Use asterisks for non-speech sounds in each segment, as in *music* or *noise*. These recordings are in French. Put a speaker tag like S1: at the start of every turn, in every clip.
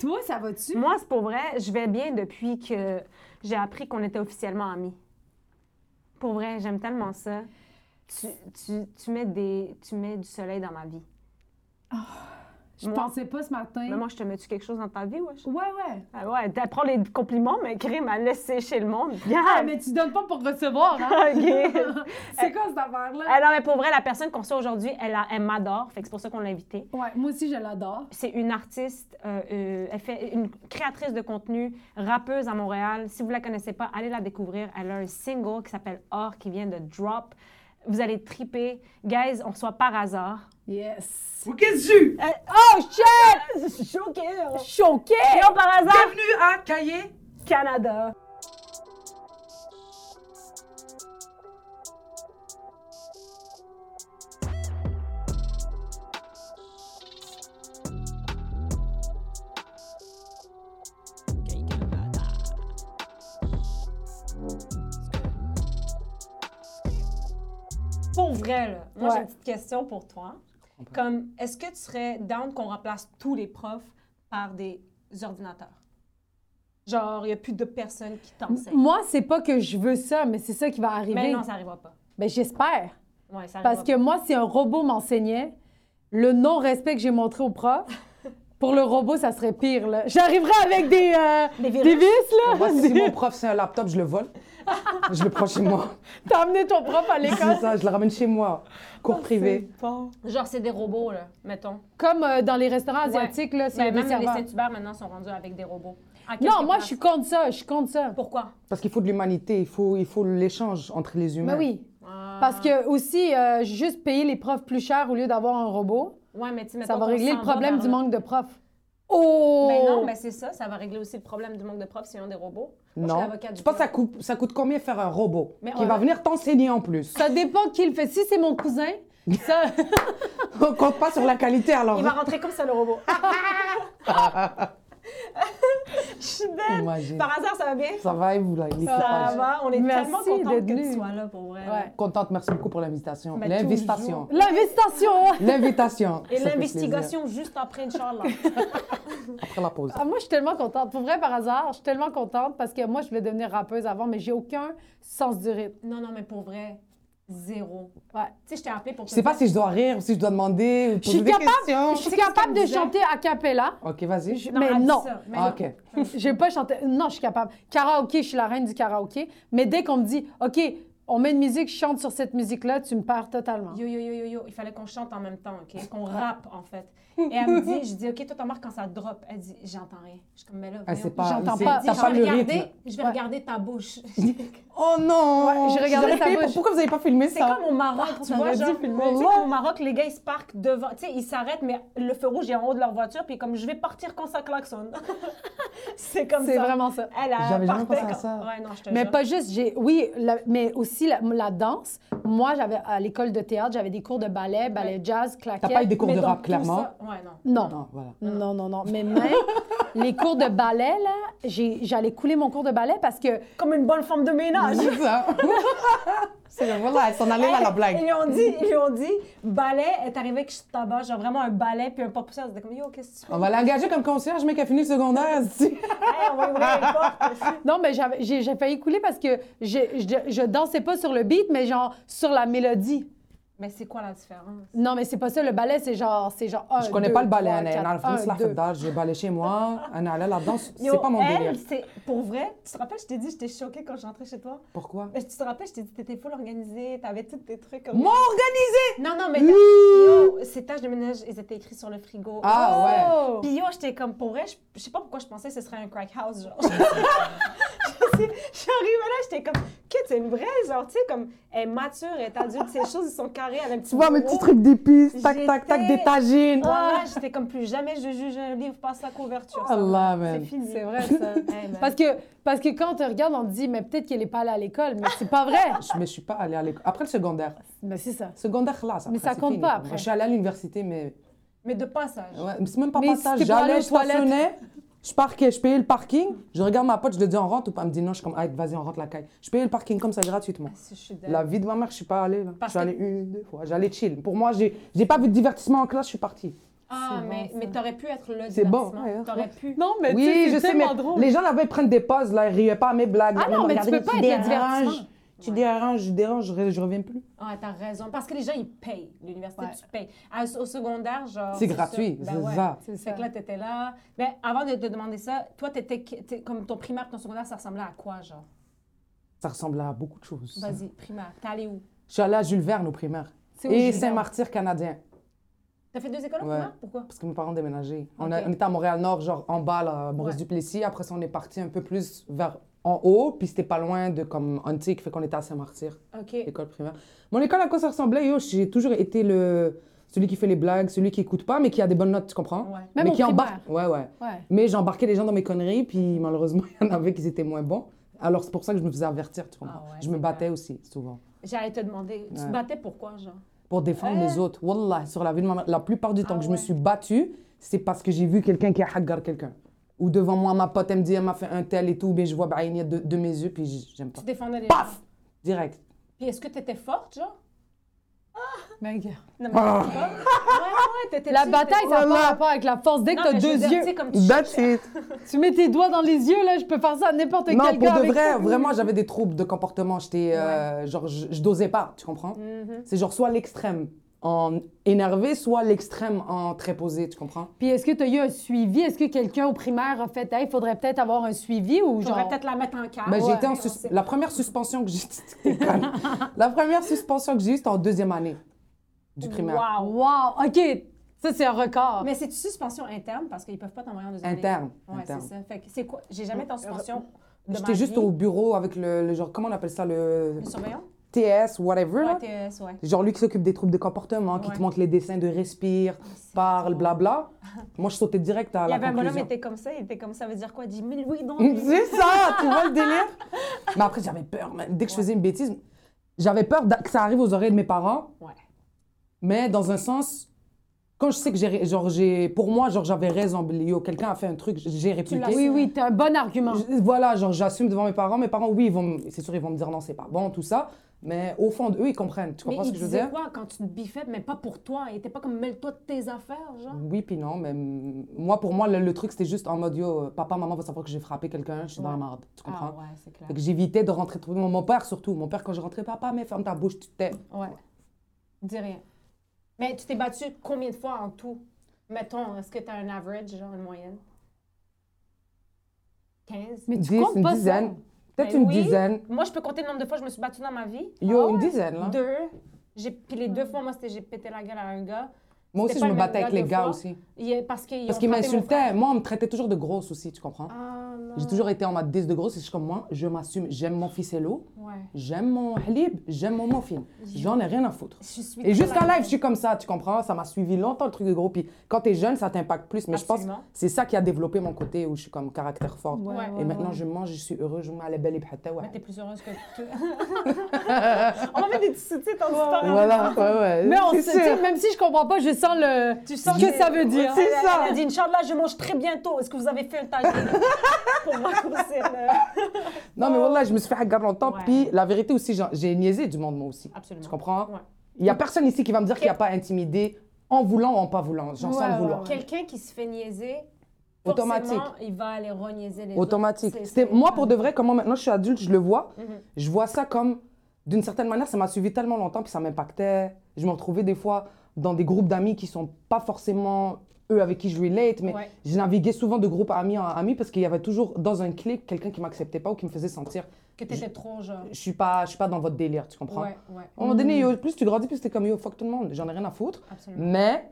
S1: Toi, ça va-tu?
S2: Moi, c'est pour vrai, je vais bien depuis que j'ai appris qu'on était officiellement amis. Pour vrai, j'aime tellement ça. Tu, tu, tu mets des, tu mets du soleil dans ma vie.
S1: je
S2: moi-
S1: pensais pas ce matin.
S2: Mais moi, je te mets-tu quelque chose dans ta vie, wesh?
S1: Ouais, ouais.
S2: Ah ouais, t'apprends les compliments, mais crime à laisser chez le monde. Bien!
S1: Ah, mais tu donnes pas pour recevoir, hein?
S2: *laughs* Ok.
S1: *laughs*
S2: Ah,
S1: c'est quoi cette affaire-là?
S2: Alors, Eh mais pour vrai, la personne qu'on soit aujourd'hui, elle, a- elle m'adore. Fait que c'est pour ça qu'on l'a invitée.
S1: Ouais, moi aussi, je l'adore.
S2: C'est une artiste, euh, euh, elle fait une créatrice de contenu, rappeuse à Montréal. Si vous la connaissez pas, allez la découvrir. Elle a un single qui s'appelle Or qui vient de drop. Vous allez triper. Guys, on soit par hasard.
S1: Yes.
S3: Ou qu'est-ce que tu?
S2: Euh, oh shit! Choqué!
S1: Choqué!
S2: Voyons hein. par
S4: Ah!
S2: hasard,
S3: Bienvenue à Cahier.
S2: Canada. Pour vrai, là, moi j'ai
S1: Ouais.
S2: une petite question pour toi. Comme, est-ce que tu serais down qu'on remplace tous les profs par des ordinateurs? Genre, il n'y a plus de personnes qui t'enseignent.
S1: Moi, c'est pas que je veux ça, mais c'est ça qui va arriver.
S2: Mais non, ça n'arrivera pas.
S1: Ben, j'espère.
S2: Ouais, ça
S1: Parce que moi, si un robot m'enseignait, le non-respect que j'ai montré au
S2: *laughs*
S1: prof, pour le robot, ça serait pire. là. J'arriverais avec des, euh,
S2: Des virus.
S1: *laughs* des vis, là.
S4: Moi, si mon prof, c'est un laptop, je le vole. Je le prends chez
S2: *laughs*
S4: moi.
S1: T'as amené ton prof à l'école.
S4: C'est ça, je le ramène chez moi. Cours privé.
S2: Genre, Oh, c'est des robots, là, mettons.
S1: Comme euh, dans les restaurants asiatiques, là, c'est
S2: Ben,
S1: des
S2: même les
S1: serveurs.
S2: Saint-Hubert, maintenant, sont rendus avec des robots. Ah, À
S1: Non,
S2: quelque
S1: moi,
S2: place.
S1: je suis contre ça. Je suis contre ça.
S2: Pourquoi?
S4: Parce qu'il faut de l'humanité, il faut il faut l'échange entre
S2: Bah
S4: les humains.
S1: Ben oui. Parce que aussi, euh, juste payer les profs plus cher au lieu d'avoir un robot,
S2: Ouais, mais tu sais,
S1: ça
S2: mettons
S1: va
S2: qu'on
S1: régler le
S2: s'en va
S1: problème
S2: vers
S1: du
S2: là.
S1: manque de profs. Oh!
S2: Ben non, ben c'est ça, ça va régler aussi le problème du manque de profs s'ils ont des robots. Moi, je suis
S4: Non.
S2: l'avocate du
S4: Tu penses que ça
S2: diable.
S4: coûte, ça coûte combien faire un robot
S2: Mais
S4: qui
S2: on-
S4: va venir t'enseigner en plus *laughs*
S1: Ça dépend qui le fait. Si c'est mon cousin, ça...
S4: On compte pas sur la qualité alors.
S2: Il va rentrer comme ça,
S1: *laughs*
S2: le robot. je suis belle.
S4: Imagine.
S2: Par hasard, ça va bien?
S4: Oh, Ça va et vous, là,
S2: Ça
S4: l'équipage
S2: va, on est
S1: Merci
S2: tellement contente que
S1: d'être
S2: tu
S1: venu.
S2: sois là pour vrai.
S1: *laughs* Ouais.
S4: Contente, merci beaucoup pour l'invitation.
S2: Ben,
S4: L'invitation.
S1: *laughs* L'investation!
S4: *laughs* L'invitation.
S2: Et
S4: Ça fait
S2: l'investigation juste après, Inch'Allah.
S4: plaisir. Après la pause.
S1: Ah, moi, je suis tellement contente. Pour vrai, par hasard, je suis tellement contente parce que moi, je voulais devenir rappeuse avant, mais j'ai aucun sens du rythme.
S2: *laughs* non, non, mais pour vrai, zéro.
S1: Ouais.
S2: Tu sais, je t'ai appelé pour te
S4: Je sais pas
S2: dire-
S4: si je dois rire ou si je dois demander ou
S1: Je suis
S4: poser des
S1: capable-
S4: questions.
S1: Je suis
S2: sais qu'est-ce
S1: capable
S2: qu'elle
S1: de
S2: disait?
S1: chanter a cappella,
S4: Ok, vas-y.
S1: je- mais
S2: elle dit
S1: non.
S2: ça, mais
S4: Ah, ok.
S1: J'ai pas chanté. Non, je suis capable. Karaoké, je suis la reine du karaoké. Mais dès qu'on me dit, OK, on met une musique, je chante sur cette musique-là, tu me perds totalement.
S2: Yo, yo, yo, yo, yo, il fallait qu'on chante en même temps, OK? Qu'on rappe, en fait.
S4: *laughs*
S2: Et elle me dit, je dis, OK, toi, t'en marques quand ça drop. Elle dit, j'entends rien. Je suis comme, mais là,
S4: Ah,
S2: voyons.
S4: c'est pas,
S1: J'entends
S4: c'est-
S1: pas.
S2: Elle dit,
S4: T'as
S2: je
S4: pas
S2: vais
S4: le
S2: regarder-
S4: rythme.
S2: Je vais
S1: Ouais.
S2: regarder ta
S4: *laughs*
S2: bouche.
S4: Oh non
S1: Ouais, j'ai regardé
S4: J'aurais
S1: ta
S4: payé
S1: bouche.
S4: pour- Pourquoi vous avez pas filmé
S2: C'est
S4: ça Ah,
S2: comme au Maroc, tu vois,
S1: t'aurais dû
S2: genre, tu
S1: filmer.
S2: sais qu'au Maroc, les gars, ils se parquent devant, tu sais, ils s'arrêtent, mais le feu rouge est en haut de leur voiture, puis comme, je vais partir quand ça klaxonne. *laughs* c'est comme ça.
S1: C'est vraiment ça.
S2: Elle a
S4: J'avais jamais
S2: partait
S4: pensé à
S2: quand-
S4: ça.
S2: Ouais, non, je te
S1: Mais
S2: jure.
S1: pas juste, j'ai, oui, la- mais aussi la, la danse. Moi, j'avais à l'école de théâtre, j'avais des cours de ballet, ballet jazz, claquette.
S4: T'as pas eu des cours
S2: Mais
S4: de
S2: donc,
S4: rap,
S2: tout
S4: clairement.
S2: ça- Ouais, non.
S1: Non.
S4: Non, voilà.
S1: Non, non, non. Mais même les cours de ballet, là, j'ai- j'allais couler mon cours de ballet parce que
S2: Comme une bonne forme de ménage.
S4: C'est ça. Ah, *laughs* C'est voilà, Mmh. elle s'en allait là, la
S2: Ils
S4: blague.
S2: lui ont dit, ils lui ont dit, ballet est arrivé avec je tabac, genre vraiment un ballet puis un pop poussière. Ils étaient comme, yo, qu'est-ce que tu
S4: On va l'engager comme concierge, mais qu'elle finit le secondaire. *laughs* si.
S2: fais? Hey, on va ouvrir les
S4: *laughs*
S2: portes.
S1: non, mais j'avais- j'ai j'ai failli couler parce que j'ai- je, je dansais pas sur le beat, mais genre sur la mélodie.
S2: Mais c'est quoi la différence?
S1: Non, mais c'est pas ça. Le ballet, c'est genre, c'est genre.
S4: Je connais pas le ballet, Anna. Elle a fini la fête d'âge, j'ai ballet chez moi. Anna, là, la danse,
S2: Yo,
S4: c'est pas mon
S2: elle,
S4: délire.
S2: c'est- Pour vrai, tu te rappelles, je t'ai dit, j'étais choquée quand je rentrais chez toi.
S4: Pourquoi
S2: Mais tu te rappelles, je t'ai dit, t'étais full organisée, t'avais tous tes trucs. comme-
S4: Moi, organisé
S2: Non, non, mais t'as- yo, ces tâches de ménage, ils étaient écrits sur le frigo.
S4: Ah ouais.
S1: Oh!
S2: Puis yo, j'étais comme, pour vrai, je, je sais pas pourquoi je pensais que ce serait un crack house, genre. *laughs* Je sais- J'arrivais là, j'étais comme, que c'est une vraie, genre, tu sais, comme, elle est mature, elle est adulte, ses choses, ils sont carrés, elle a un petit
S4: Tu vois mes
S2: bureau.
S4: petits trucs d'épices, tac,
S2: J'étais-
S4: tac, tac, des tagines.
S2: Voilà, Ah, j'étais comme, plus jamais je juge un livre par sa couverture. ça
S4: Ah,
S2: va.
S4: Allah, Oh man.
S2: C'est fini.
S1: C'est vrai, ça.
S2: Hey, man.
S1: Parce que, parce que quand on te regarde, on te dit, mais peut-être qu'elle est pas allée à l'école, mais c'est pas vrai. *laughs*
S4: Je- Mais je suis pas allée à l'école. Après le secondaire.
S1: mais c'est ça.
S4: Secondaire, là,
S1: Mais ça compte pas après.
S4: Je suis allée à l'université, mais
S2: Mais de passage.
S4: Ouais, mais c'est même pas
S1: Mais
S4: passage.
S1: c'était pour aller
S4: J'allais,
S1: aux
S4: je stationnais, je parquais, je payais le parking. Je regarde ma pote, je lui dis on rentre ou pas. Elle me dit non, je suis comme, Arrête, vas-y, on rentre la caille. Je payais le parking comme ça gratuitement.
S2: Ah, Si je suis
S4: La
S2: d'accord.
S4: vie de ma mère, je suis pas allée là.
S2: Parce
S1: *laughs*
S4: je suis allée une, deux fois. J'allais chill. Pour moi, j'ai j'ai pas vu de divertissement en classe, je suis partie.
S2: Ah,
S1: bon,
S2: mais,
S1: ça.
S2: mais t'aurais pu être là.
S4: C'est bon,
S2: divertissement.
S4: ouais.
S2: T'aurais pu.
S1: Non, mais tu
S4: Oui,
S1: sais,
S4: je
S1: c'est
S4: sais, mais
S1: tellement drôle.
S4: les gens là-bas, ils prennent des pauses, là, ils riaient pas à mes blagues.
S1: Ah
S4: Ils
S1: non,
S4: me
S1: mais tu
S4: regardaient,
S1: peux pas être le
S4: déranges,
S1: divertissement.
S4: Tu déranges, je dérange, je, je reviens plus.
S2: Ah, t'as raison. Parce que les gens, ils payent. L'université,
S1: Ouais.
S2: tu payes. À- au secondaire, genre.
S4: C'est gratuit,
S2: ça.
S4: c'est
S2: Ben ouais.
S4: ça.
S1: C'est ça.
S2: Fait que là, t'étais là. Mais avant de te demander ça, toi, t'étais. t'es- Comme ton primaire, ton secondaire, ça ressemblait à quoi, genre?
S4: Ça ressemble à beaucoup de choses.
S2: Vas-y, primaire. T'es allé où?
S4: Je suis allée à Jules Verne au primaire.
S1: C'est où, Jules
S4: Et
S1: Verne?
S4: Saint-Martyr canadien.
S2: T'as fait deux écoles au
S4: Ouais.
S2: primaire? Pourquoi?
S4: Parce que mes parents ont déménagé. On, a-
S2: Ok.
S4: on était à Montréal-Nord, genre en bas, là, à Maurice
S2: Ouais.
S4: Duplessis. Après ça, on est parti un peu plus vers en haut. Puis c'était pas loin de comme Antique, fait qu'on était à Saint-Martyr,
S2: OK.
S4: école primaire. Mon école, à quoi ça ressemblait Yo, j'ai toujours été le celui qui fait les blagues, celui qui écoute pas, mais qui a des bonnes notes, tu comprends
S2: Ouais.
S1: Même
S4: mais
S1: au
S4: qui
S1: primaire.
S4: embarque. Ouais, ouais.
S1: Ouais.
S4: Mais j'embarquais les gens dans mes conneries, puis malheureusement, *laughs* il y en avait qui étaient moins bons. Alors c'est pour ça que je me faisais avertir, tu comprends
S2: Ah ouais,
S4: Je me
S2: c'est
S4: battais aussi, souvent.
S2: J'allais te demander, tu te
S4: Ouais.
S2: battais pourquoi, genre?
S4: Pour défendre les autres. Wallah, sur la vie de ma mère, la plupart du temps
S2: Ah
S4: que je
S2: ouais.
S4: me suis battue, c'est parce que j'ai vu quelqu'un qui a haggar quelqu'un. Ou devant moi, ma pote, elle me dit, elle m'a fait un tel et tout, mais je vois Baïnia de, de mes yeux, puis j- j'aime pas.
S2: Tu défendais les gens.
S4: Paf Direct.
S2: Puis est-ce que t'étais forte, genre?
S1: Mais regarde.
S2: Non, mais
S4: *laughs* Ah.
S2: ouais, ouais, t'étais
S1: La
S2: petite,
S1: bataille, ça n'a pas
S4: Voilà.
S1: rapport avec la force. Dès que
S2: Non,
S1: t'as
S2: mais je veux
S1: deux
S2: dire,
S1: yeux,
S2: tu sais, comme tu
S4: That's it.
S1: tu mets tes doigts dans les yeux, là, je peux faire ça à n'importe quel
S4: Non,
S1: gars.
S4: pour de
S1: avec
S4: vrai,
S1: ça.
S4: vraiment, j'avais des troubles de comportement. J'étais, euh, genre, je, je dosais pas, tu comprends
S2: Mhm.
S4: C'est genre soit l'extrême en énervé, soit l'extrême en très posé, tu comprends
S1: Puis est-ce que t'as eu un suivi? Est-ce que quelqu'un au primaire a fait, hey, il faudrait peut-être avoir un suivi ou genre.
S2: J'aurais peut-être la mettre en carte.
S4: Ben, j'ai
S1: ouais,
S4: été en sus- la première suspension que j'ai *laughs* T'es conne. la première suspension que j'ai eue, c'était en deuxième année du primaire.
S2: Wow.
S1: Ah, Wow, OK. Ça, c'est un record.
S2: Mais c'est une suspension interne parce qu'ils peuvent pas t'envoyer en deuxième année.
S4: Interne.
S2: Ouais, c'est
S4: interne.
S2: ça. Fait que c'est quoi J'ai jamais été en suspension. de ma
S4: J'étais juste
S2: vie.
S4: au bureau avec le, le genre, comment on appelle ça, le
S2: Le surveillant
S4: TS, whatever. là.
S2: Ouais, TES, ouais.
S4: Genre lui qui s'occupe des troubles de comportement, qui
S2: Ouais.
S4: te montre les dessins de respire,
S2: c'est
S4: parle,
S2: drôle.
S4: blabla. Moi, je sautais direct
S2: Il y
S4: à Bah, la
S2: avait un bonhomme, il
S4: conclusion.
S2: était comme ça, il était comme ça, veut dire quoi Il dit, mais oui, donc.
S4: Mm, C'est ça, tu vois le délire Mais après, j'avais peur. man. Dès que je faisais une bêtise, j'avais peur d'a- que ça arrive aux oreilles de mes parents.
S2: Ouais.
S4: Mais dans un sens, quand je sais que j'ai, ré- genre, j'ai, pour moi, genre, j'avais raison. Yo, quelqu'un a fait un truc, j'ai répliqué.
S2: l'as hein.
S1: Oui, oui, t'as un bon argument.
S4: Je- voilà, genre, j'assume devant mes parents. Mes parents, oui, ils vont, me- c'est sûr, ils vont me dire non, c'est pas bon, tout ça. Mais au fond d'eux, ils comprennent. Tu
S2: Mais
S4: comprends ce
S2: il
S4: que je veux
S2: disait
S4: dire
S2: quoi quand tu te biffais, mais pas pour toi Il était pas comme mêle-toi de tes affaires, genre.
S4: Oui, puis non, mais mm, moi, pour moi, le, le truc, c'était juste en mode, yo, euh, papa, maman va savoir que j'ai frappé quelqu'un, je suis dans la
S2: Ouais.
S4: merde. Tu comprends
S2: Ah ouais, c'est clair.
S4: Fait que j'évitais de rentrer trop. Mon, mon père surtout. Mon père, quand je rentrais, papa, mais ferme ta bouche, tu t'aimes.
S2: Ouais. Dis rien. Mais tu t'es battu combien de fois en tout Mettons, est-ce que t'as un average, genre une moyenne 15
S1: Mais tu
S4: Dix,
S1: comptes
S4: une
S1: pas
S4: dizaine. Peut-être
S2: Ben
S4: une
S2: oui.
S4: dizaine.
S2: Moi, je peux compter le nombre de fois que je me suis battue dans ma vie.
S4: Yo,
S2: Ah
S4: une hein?
S2: ouais.
S4: dizaine, là.
S2: Deux. J'ai- Puis les deux fois, moi, c'était j'ai pété la gueule à un gars.
S4: Moi
S2: C'était pas
S4: aussi, je me
S2: le
S4: battais
S2: même
S4: avec
S2: gars
S4: les
S2: deux
S4: gars
S2: fois.
S4: aussi.
S2: Il est- Parce qu'ils
S4: Parce
S2: ont
S4: qu'ils
S2: frappé mon
S4: m'insultaient. Moi, on me traitait toujours de grosse aussi, tu comprends
S2: frère. Ah non.
S4: J'ai toujours été en mode 10 de grosse. Et je suis comme moi, je m'assume. J'aime mon ficello,
S2: Ouais.
S4: j'aime mon halib, j'aime mon muffin. J'en ai rien à foutre.
S2: Je suis
S4: Et
S2: très
S4: jusqu'en
S2: la-
S4: live, je suis comme ça, tu comprends Ça m'a suivi longtemps le truc de gros. Puis quand t'es jeune, ça t'impacte plus. Mais je pense
S2: Absolument.
S4: que c'est ça qui a développé mon côté où je suis comme caractère fort.
S1: Ouais,
S2: Ouais.
S4: Et
S1: ouais,
S4: maintenant,
S1: ouais.
S4: je mange, je suis heureux, je me mets à la belle et bhatta, ouais.
S2: Mais t'es plus heureuse que.
S4: *laughs*
S2: On va mettre des petits sous-titres en histoire.
S4: Voilà, ouais, ouais.
S1: Mais on
S4: C'est
S1: se- tu sais,
S4: sûr.
S1: même si je comprends pas, je sens le.
S2: Tu sens
S1: ce que ça veut dire.
S2: Elle, elle- Elle a dit, Inch'Allah, je mange très bientôt. Est-ce que vous avez fait un tagine pour raccourcir
S4: *laughs*
S2: le...
S4: Non, mais voilà, je me suis fait agarrer longtemps.
S2: Ouais.
S4: Puis la vérité aussi, j'en- j'ai niaisé du monde, moi aussi.
S2: Absolument.
S4: Tu comprends?
S2: Ouais.
S4: Il n'y a personne ici qui va me dire qu'il n'y a pas intimidé en voulant ou en pas voulant, genre sans
S1: Ouais,
S4: le
S1: ouais,
S4: vouloir.
S1: ouais.
S2: Quelqu'un qui se fait niaiser, forcément,
S4: Automatique.
S2: il va aller reniaiser les
S4: Automatique.
S2: autres. C'est-
S4: C'était
S2: c'est-
S4: moi pour de vrai, comment maintenant je suis adulte, je le vois.
S2: Mhm.
S4: Je vois ça comme d'une certaine manière, ça m'a suivi tellement longtemps puis ça m'impactait. Je me retrouvais des fois dans des groupes d'amis qui sont pas forcément eux avec qui je relate, mais
S2: Ouais.
S4: je naviguais souvent de groupe ami en ami parce qu'il y avait toujours dans un clic quelqu'un qui m'acceptait pas ou qui me faisait sentir
S2: Que t'étais trop genre...
S4: je suis pas je suis pas dans votre délire, tu comprends
S2: Ouais, ouais,
S4: À un moment
S1: Mm.
S4: donné, yo, plus tu grandis, plus t'es comme yo, fuck tout le monde, j'en ai rien à foutre.
S2: absolument.
S4: Mais,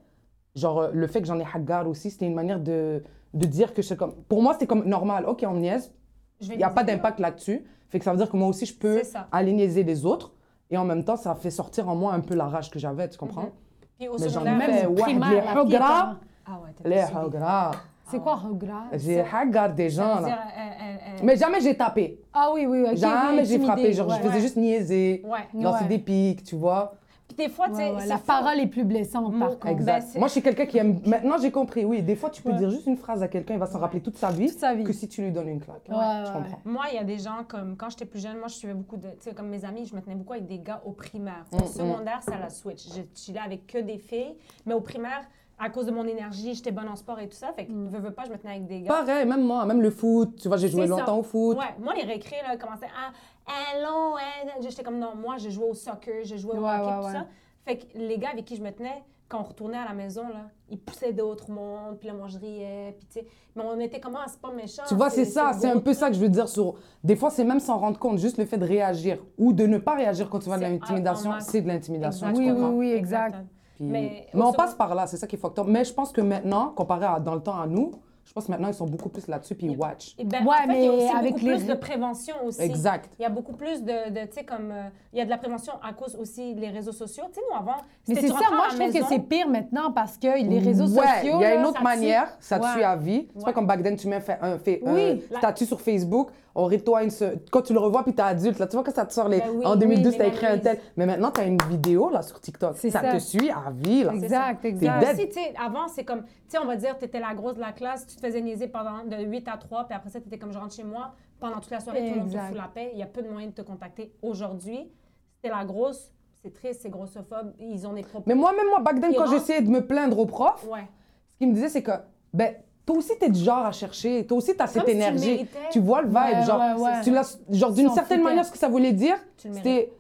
S4: genre, euh, le fait que j'en ai haggar aussi, c'était une manière de, de dire que je suis comme. Pour moi, c'était comme normal. Ok, on niaise, il n'y a pas d'impact là-dessus. Fait que ça veut dire que moi aussi, je peux
S2: C'est ça.
S4: aller niaiser les autres. Et en même temps, ça fait sortir en moi un peu la rage que j'avais, tu comprends
S2: Puis au
S4: Mais j'en
S2: secondaire...
S1: Mm-hmm. Même
S4: fais
S1: au
S4: ouais,
S1: primaire,
S4: les
S1: la hein. fille est
S4: hagras.
S1: comme-
S2: Ah ouais, t'étais
S4: Les
S2: subie.
S4: haggar.
S1: C'est quoi hagras?
S4: Ah. J'ai
S1: C'est-
S4: haggar des
S2: Ça
S4: gens,
S2: veut
S4: là.
S2: dire, euh, euh, euh,
S4: Mais jamais j'ai tapé.
S1: Ah oui, oui, ok.
S4: jamais
S1: oui,
S4: j'ai frappé.
S1: intimidé,
S4: Genre,
S1: ouais.
S4: je faisais juste niaiser,
S2: Ouais.
S4: lancer
S1: Ouais.
S4: des pics, tu vois.
S2: Puis des fois, tu sais...
S1: Ouais, ouais,
S2: c'est
S1: la
S2: fou.
S1: parole est plus blessante, par
S2: Mon-
S1: contre.
S4: Exact.
S2: Ben, c'est-
S4: Moi, je suis quelqu'un qui aime. Maintenant, j'ai compris. Oui, des fois, tu peux
S1: Ouais.
S4: dire juste une phrase à quelqu'un, il va s'en rappeler toute sa vie,
S1: Toute sa vie.
S4: que si tu lui donnes une claque. hein.
S1: Ouais, ouais,
S4: Je comprends.
S2: Moi, il y a des gens comme quand j'étais plus jeune, moi je suivais beaucoup de. Tu sais, comme mes amis, je me tenais beaucoup avec des gars au primaire.
S4: Mm,
S2: Au
S4: mm.
S2: secondaire, ça la switch. Je chillais avec que des filles, mais au primaire, à cause de mon énergie, j'étais bonne en sport et tout ça. Fait que,
S1: Mm.
S2: veux, veux pas, je me tenais avec des gars.
S4: Pareil, même moi, même le foot, tu vois, j'ai joué
S2: C'est ça.
S4: longtemps au foot.
S2: Ouais, moi, les récré, là, commençaient à Hello, hein. J'étais comme non, moi, je jouais au soccer, je jouais au
S1: Ouais,
S2: hockey,
S1: ouais,
S2: tout
S1: ouais.
S2: ça. Fait que les gars avec qui je me tenais, quand on retournait à la maison, là, ils poussaient d'autres mondes, puis là, moi, je riais, puis tu sais. Mais on était comment c'est pas méchant.
S4: Tu vois, c'est ça, c'est un
S2: beau.
S4: peu ça que je veux dire sur. Des fois, c'est même sans rendre compte, juste le fait de réagir ou de ne pas réagir quand tu vois de
S2: C'est-
S4: l'intimidation,
S2: ah, on manque.
S4: c'est de l'intimidation.
S2: Exact.
S4: tu
S1: Oui, oui,
S4: comprends?
S1: oui, exact.
S4: Puis-
S2: Mais
S4: Mais,
S2: au
S4: on
S2: secondaire-
S4: passe par là, c'est ça qui est fucked up. Mais je pense que maintenant, comparé à dans le temps à nous, je pense que maintenant, ils sont beaucoup plus là-dessus puis ils watch.
S2: Et ben,
S1: Ouais,
S2: en fait, il y a
S1: mais
S2: aussi
S1: avec
S2: beaucoup
S1: les
S2: plus
S1: ré-
S2: de prévention aussi.
S4: Exact.
S2: Il y a beaucoup plus de, de tu sais, comme, euh, il y a de la prévention à cause aussi des réseaux sociaux. Tu sais, nous, avant,
S1: Mais
S2: c'était
S1: c'est
S2: tu
S1: ça,
S2: rentrais
S1: moi,
S2: à la
S1: je trouve que
S2: maison,
S1: c'est pire maintenant parce que les réseaux
S4: Ouais,
S1: sociaux.
S4: Il y a
S1: là,
S4: une
S1: ça
S4: autre
S1: tue.
S4: manière, ça
S1: Ouais.
S4: tue à vie. C'est
S2: Ouais.
S4: pas comme back then, tu mets fait un, fait
S1: Oui.
S4: un statut sur Facebook, on rit de toi une se- Quand tu le revois puis t'es adulte, là, tu vois que ça te sort les.
S2: Ben oui,
S4: en 2012,
S2: oui,
S4: t'as
S2: les
S4: écrit un tel.
S2: analyses.
S4: Mais maintenant, t'as une vidéo là sur TikTok.
S1: C'est
S4: Ça,
S1: ça.
S4: te suit à vie. Là.
S1: Exact, exact.
S4: dead.
S2: Aussi, tu sais, avant, c'est comme, tu sais, on va dire, tu étais la grosse de la classe, tu te faisais niaiser pendant de 8 à 3, puis après ça, tu étais comme, je rentre chez moi, pendant toute la soirée, tout le monde te
S1: Exact.
S2: fout la paix, il y a peu de moyens de te contacter. Aujourd'hui, c'était la grosse, c'est triste, c'est grossophobe, ils ont des propos.
S4: Mais moi, même moi, back then,
S2: Ils
S4: quand
S2: rentrent.
S4: j'essayais de me plaindre au prof,
S2: Ouais.
S4: ce qu'il me disait, c'est que, ben, toi aussi, t'es du genre à chercher. Toi aussi, t'as cette
S2: si tu le
S4: énergie.
S2: méritais. Ben,
S4: tu vois le vibe.
S1: Ouais,
S4: genre,
S1: ouais, ouais.
S4: tu l'as- genre
S1: Ils
S4: d'une
S1: s'en
S4: certaine
S1: foutaient.
S4: manière, ce que ça voulait dire,
S2: Tu le
S4: c'était.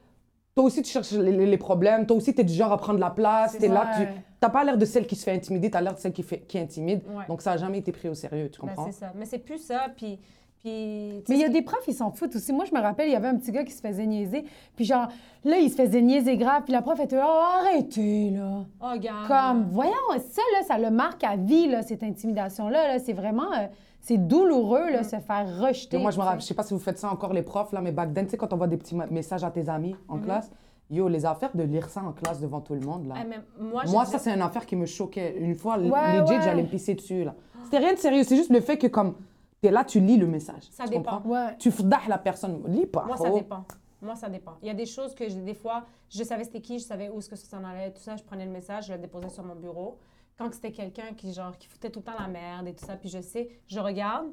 S4: Toi aussi, tu cherches les, les- les problèmes. Toi aussi, t'es du genre à prendre la place.
S2: C'est
S4: T'es
S2: ça.
S4: là. Tu
S1: Ouais.
S4: t'as pas l'air de celle qui se fait intimider. T'as l'air de celle qui, fait, qui intimide.
S2: Ouais.
S4: Donc, ça a jamais été pris au sérieux. Tu
S2: Ben,
S4: comprends?
S2: c'est ça. Mais c'est plus ça, puis. puis tu
S1: Mais il y a
S2: sais,
S1: des profs, ils s'en foutent aussi. Moi, je me rappelle, il y avait un petit gars qui se faisait niaiser. Puis genre, là, il se faisait niaiser grave. Puis la prof était là, oh, arrêtez, là.
S2: Oh, regarde.
S1: Comme, voyons, ça, là, ça le marque à vie, là, cette intimidation-là. Là, c'est vraiment, euh, c'est douloureux, là, se faire rejeter.
S4: Yo, Mm. moi, je me
S1: tu sais.
S4: rappelle, je sais pas si vous faites ça encore les profs, là, mais back then, tu sais, quand on voit des petits ma- messages à tes amis en classe, yo, les affaires de lire ça en classe devant tout le monde, là.
S2: Mhm. Ah, mais moi,
S4: Moi,
S2: je-
S4: ça, c'est une affaire qui me choquait. Une fois,
S1: Ouais,
S4: les legit,
S1: ouais.
S4: j'allais me pisser dessus. là. C'était rien de sérieux, c'est juste le fait que, comme, t'es là, tu lis le message.
S2: Ça
S4: tu
S2: dépend.
S4: comprends?
S1: Ouais.
S4: Tu fdahes la personne. Lis pas.
S2: Moi, ça
S4: frérot.
S2: dépend. Moi, ça dépend. Il y a des choses que, je- des fois, je savais c'était qui, je savais où est-ce que ça s'en allait, tout ça. Je prenais le message, je le déposais sur mon bureau. Quand c'était quelqu'un qui, genre, qui foutait tout le temps la merde et tout ça, puis je sais, je regarde.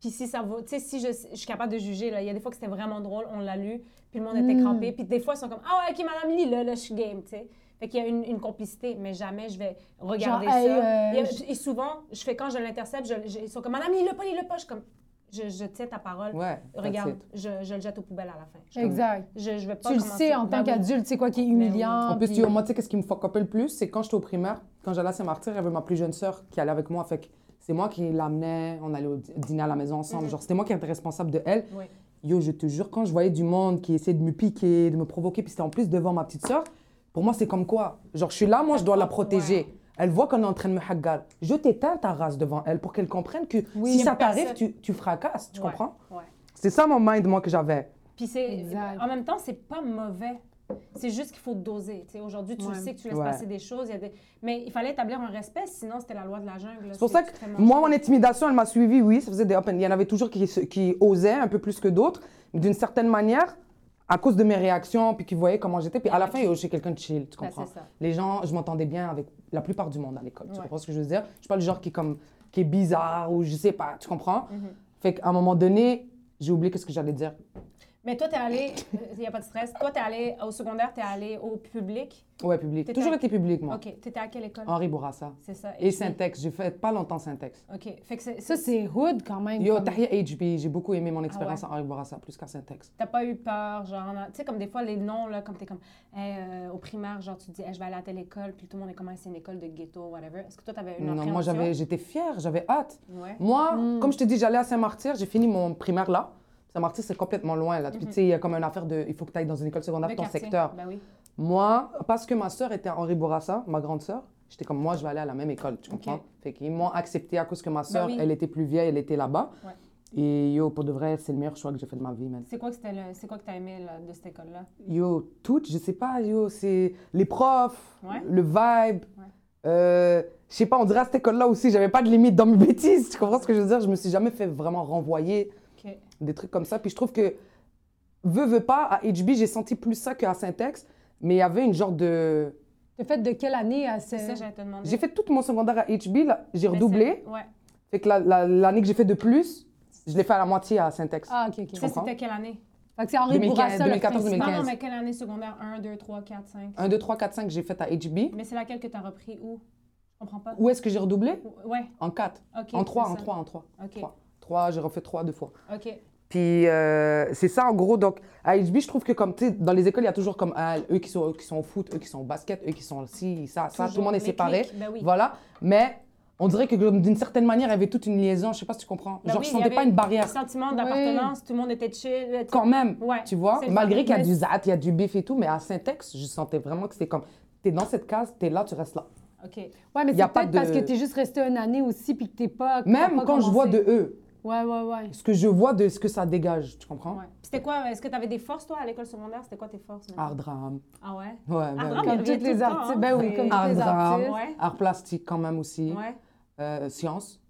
S2: Puis si ça vaut, tu sais, si je, je suis capable de juger, là, il y a des fois que c'était vraiment drôle, on l'a lu, puis le monde était
S1: Mm.
S2: crampé. Puis des fois, ils sont comme, ah ouais, OK, madame, lis là, là, je suis game, tu sais. Fait qu'il y a une, une complicité, mais jamais je vais regarder
S1: Genre,
S2: ça.
S1: hey, euh,
S2: Il y a- et souvent, je fais quand je l'intercepte, je- je- ils sont comme, madame, lis-le pas, lis-le pas. Je suis comme, je, je tiens ta parole.
S4: Oh. Ouais.
S2: Regarde,
S4: that's it.
S2: je, je le jette aux poubelles à la fin. Je,
S1: Exact.
S2: je, je vais pas
S1: Tu le
S2: commencer-
S1: sais en
S2: Ben
S1: tant
S2: oui.
S1: qu'adulte, c'est quoi qui est
S2: oui.
S1: humiliant.
S4: En plus,
S1: puis-
S4: tu vois, moi, tu sais, qu'est-ce qui me fuck up le plus, c'est quand j'étais au primaire, quand j'allais à Saint-Martyr, il y avait ma plus jeune sœur qui allait avec moi. Fait que c'est moi qui l'amenais, on allait au d- dîner à la maison ensemble.
S2: Mhm.
S4: Genre, c'était moi qui étais responsable de elle.
S2: Oui.
S4: Yo, je te jure, quand je voyais du monde qui essayait de me piquer, de me provoquer, puis c'était en plus devant ma petite sœur, pour moi, c'est comme quoi Genre, je suis là, moi, je dois la protéger. Elle voit qu'on est en train de me haggar. Je t'éteins ta race devant elle pour qu'elle comprenne que
S1: Oui.
S4: si
S1: Y a
S4: ça
S2: personne.
S4: t'arrive, tu, tu fracasses. Tu
S2: Ouais,
S4: comprends
S2: ouais.
S4: C'est ça mon mind, moi, que j'avais.
S2: Puis c'est,
S1: Exact.
S2: en même temps, c'est pas mauvais. C'est juste qu'il faut doser. Tu sais, aujourd'hui, tu le
S1: Ouais.
S2: sais que tu laisses
S4: Ouais.
S2: passer des choses. il y a des- Mais il fallait établir un respect, sinon c'était la loi de la jungle.
S4: C'est pour ça que moi, mon intimidation, elle m'a suivi, oui, ça faisait des open. Il y en avait toujours qui, se- qui osaient un peu plus que d'autres, mais d'une certaine manière, à cause de mes réactions, puis qui voyaient comment j'étais. Puis à la fin, yo, je suis quelqu'un de chill, tu
S2: Ben,
S4: comprends?
S2: c'est ça.
S4: Les gens, je m'entendais bien avec la plupart du monde à l'école, tu
S2: Ouais.
S4: comprends ce que je veux dire? Je suis pas le genre qui, est comme, qui est bizarre ou je sais pas, tu comprends?
S2: Mhm.
S4: Fait qu'à un moment donné, j'ai oublié qu'est-ce que j'allais dire.
S2: Mais toi, t'es allé, il n'y a pas de stress, toi, t'es allé au secondaire, t'es allé au public.
S4: Ouais, public.
S2: T'étais-
S4: Toujours été public, moi.
S2: OK, t'étais à quelle école?
S4: Henri Bourassa.
S2: C'est ça.
S4: Ah. Et
S2: puis-
S4: Syntex, j'ai fait pas longtemps Syntex.
S2: OK, fait que c'est-
S1: Ça, c'est hood quand même.
S4: Yo,
S1: comme-
S4: Tahia HB, j'ai beaucoup
S2: Ah
S4: aimé mon expérience à Henri Bourassa, plus qu'à Syntex.
S2: T'as pas eu peur, genre, en- tu sais, comme des fois, les noms, là, comme t'es comme, Hey, euh, au primaire, genre, tu te dis, Hey, je vais aller à telle école, puis tout le monde est comme, Hey, c'est une école de ghetto, whatever. Est-ce que toi, t'avais une
S4: Non, moi
S2: appréhension? Mm.
S4: j'avais, j'étais fière, j'avais hâte.
S2: Ouais.
S4: Moi, comme je te dis, j'allais à Saint-Martyr, j'ai fini mon primaire là. Saint-Martyr, c'est complètement loin là. Puis, Tu sais, il y a comme une affaire de, il faut que tu ailles dans une école secondaire
S2: Mhm. De
S4: de ton
S2: quartier.
S4: secteur.
S2: Ben oui.
S4: Moi, parce que ma sœur était à Henri Bourassa, ma grande sœur, j'étais comme moi, je vais aller à la même école, tu comprends Fait qu'ils m'ont accepté à cause que ma sœur,
S2: Bah oui.
S4: elle était plus vieille, elle était là-bas.
S2: Ouais.
S4: Et yo, pour de vrai, c'est le meilleur choix que j'ai fait de ma vie, man.
S2: C'est quoi que c'était le- c'est quoi que t'as aimé, là, de cette école-là?
S4: Yo, toutes, je sais pas, yo, c'est les profs,
S2: Ouais.
S4: le vibe.
S2: Ouais.
S4: euh, je sais pas, on dirait à cette école-là aussi, j'avais pas de limite dans mes *laughs* bêtises. Tu comprends ce que je veux dire? Je me suis jamais fait vraiment renvoyer,
S2: OK.
S4: des trucs comme ça. Puis je trouve que, veux, veux pas, à HB, j'ai senti plus ça qu'à Syntex, mais il y avait une genre de.
S1: Le fait de quelle année à ce...
S2: C'est ça, j'allais te demander.
S4: J'ai fait tout mon secondaire à HB, là, j'ai
S2: Mais
S4: redoublé.
S2: c'est- Ouais.
S4: Fait que la- la- l'année que j'ai fait de plus, je l'ai fait à la moitié à Syntex.
S1: Ah, OK, OK.
S2: Ça,
S4: comprends?
S2: c'était quelle année?
S1: Fait que c'est Henri
S4: 2015,
S1: Bourassa, le
S4: 2014,
S1: principal.
S2: Non, non,
S4: 15.
S2: mais quelle année secondaire? 1, 2, 3, 4, 5.
S4: 1, 2, 3, 4, 5 que j'ai fait à HB.
S2: Mais c'est laquelle que t'as repris où? Je comprends pas.
S4: Où est-ce que j'ai redoublé
S2: Ouais,
S4: En 4.
S2: OK.
S4: en 3,
S2: c'est
S4: en
S2: ça.
S4: 3, en 3.
S2: OK.
S4: 3. 3, j'ai refait 3 deux fois.
S2: OK.
S4: Puis euh, c'est ça en gros. Donc à HB, je trouve que comme, tu sais, dans les écoles, il y a toujours comme ah, eux qui sont, eux qui sont au foot, eux qui sont au basket, eux qui sont ci, ça, ça. Tout le
S2: Toujours
S4: monde est
S2: les
S4: séparé.
S2: cliques, ben oui.
S4: Voilà. Mais on dirait que comme, d'une certaine manière, il y avait toute une liaison. Je sais pas si tu comprends.
S2: Ben
S4: Genre,
S2: oui,
S4: je
S2: il y
S4: sentais pas
S2: avait
S4: une
S2: Un
S4: barrière.
S2: sentiment
S1: Oui.
S2: d'appartenance, tout le monde était chill.
S4: Quand même,
S2: Ouais,
S4: tu vois,
S2: c'est le
S4: malgré qu'il y a
S2: mais-
S4: du zat, il y a du bif et tout, mais à Saint-Ex, je sentais vraiment que c'était comme, t'es dans cette case, t'es là, tu restes là.
S2: OK.
S1: Oui, mais
S4: Y a
S1: c'est
S4: pas
S1: peut-être
S4: de-
S1: parce que tu es juste resté une année aussi puis que t'es pas. que t'as
S4: Même
S1: pas
S4: quand je vois
S1: commencé.
S4: de Ah, eux,
S1: Ouais, ouais, ouais.
S4: ce que je vois de ce que ça dégage, tu comprends?
S2: Ouais. Puis C'était quoi? Est-ce que tu avais des forces, toi, à l'école secondaire? C'était quoi tes forces? maintenant?
S4: Art drame.
S2: Ah ouais?
S4: Ouais, ben
S2: drame,
S4: oui.
S1: Comme
S2: il revient
S1: toutes
S2: tout le
S1: les
S2: temps, hein.
S1: artistes. Ben oui,
S2: C'est-
S1: comme
S4: Art
S1: toutes les
S4: drame.
S1: artistes.
S2: Ouais.
S4: Art plastique quand même aussi.
S2: Ouais.
S4: Euh, science.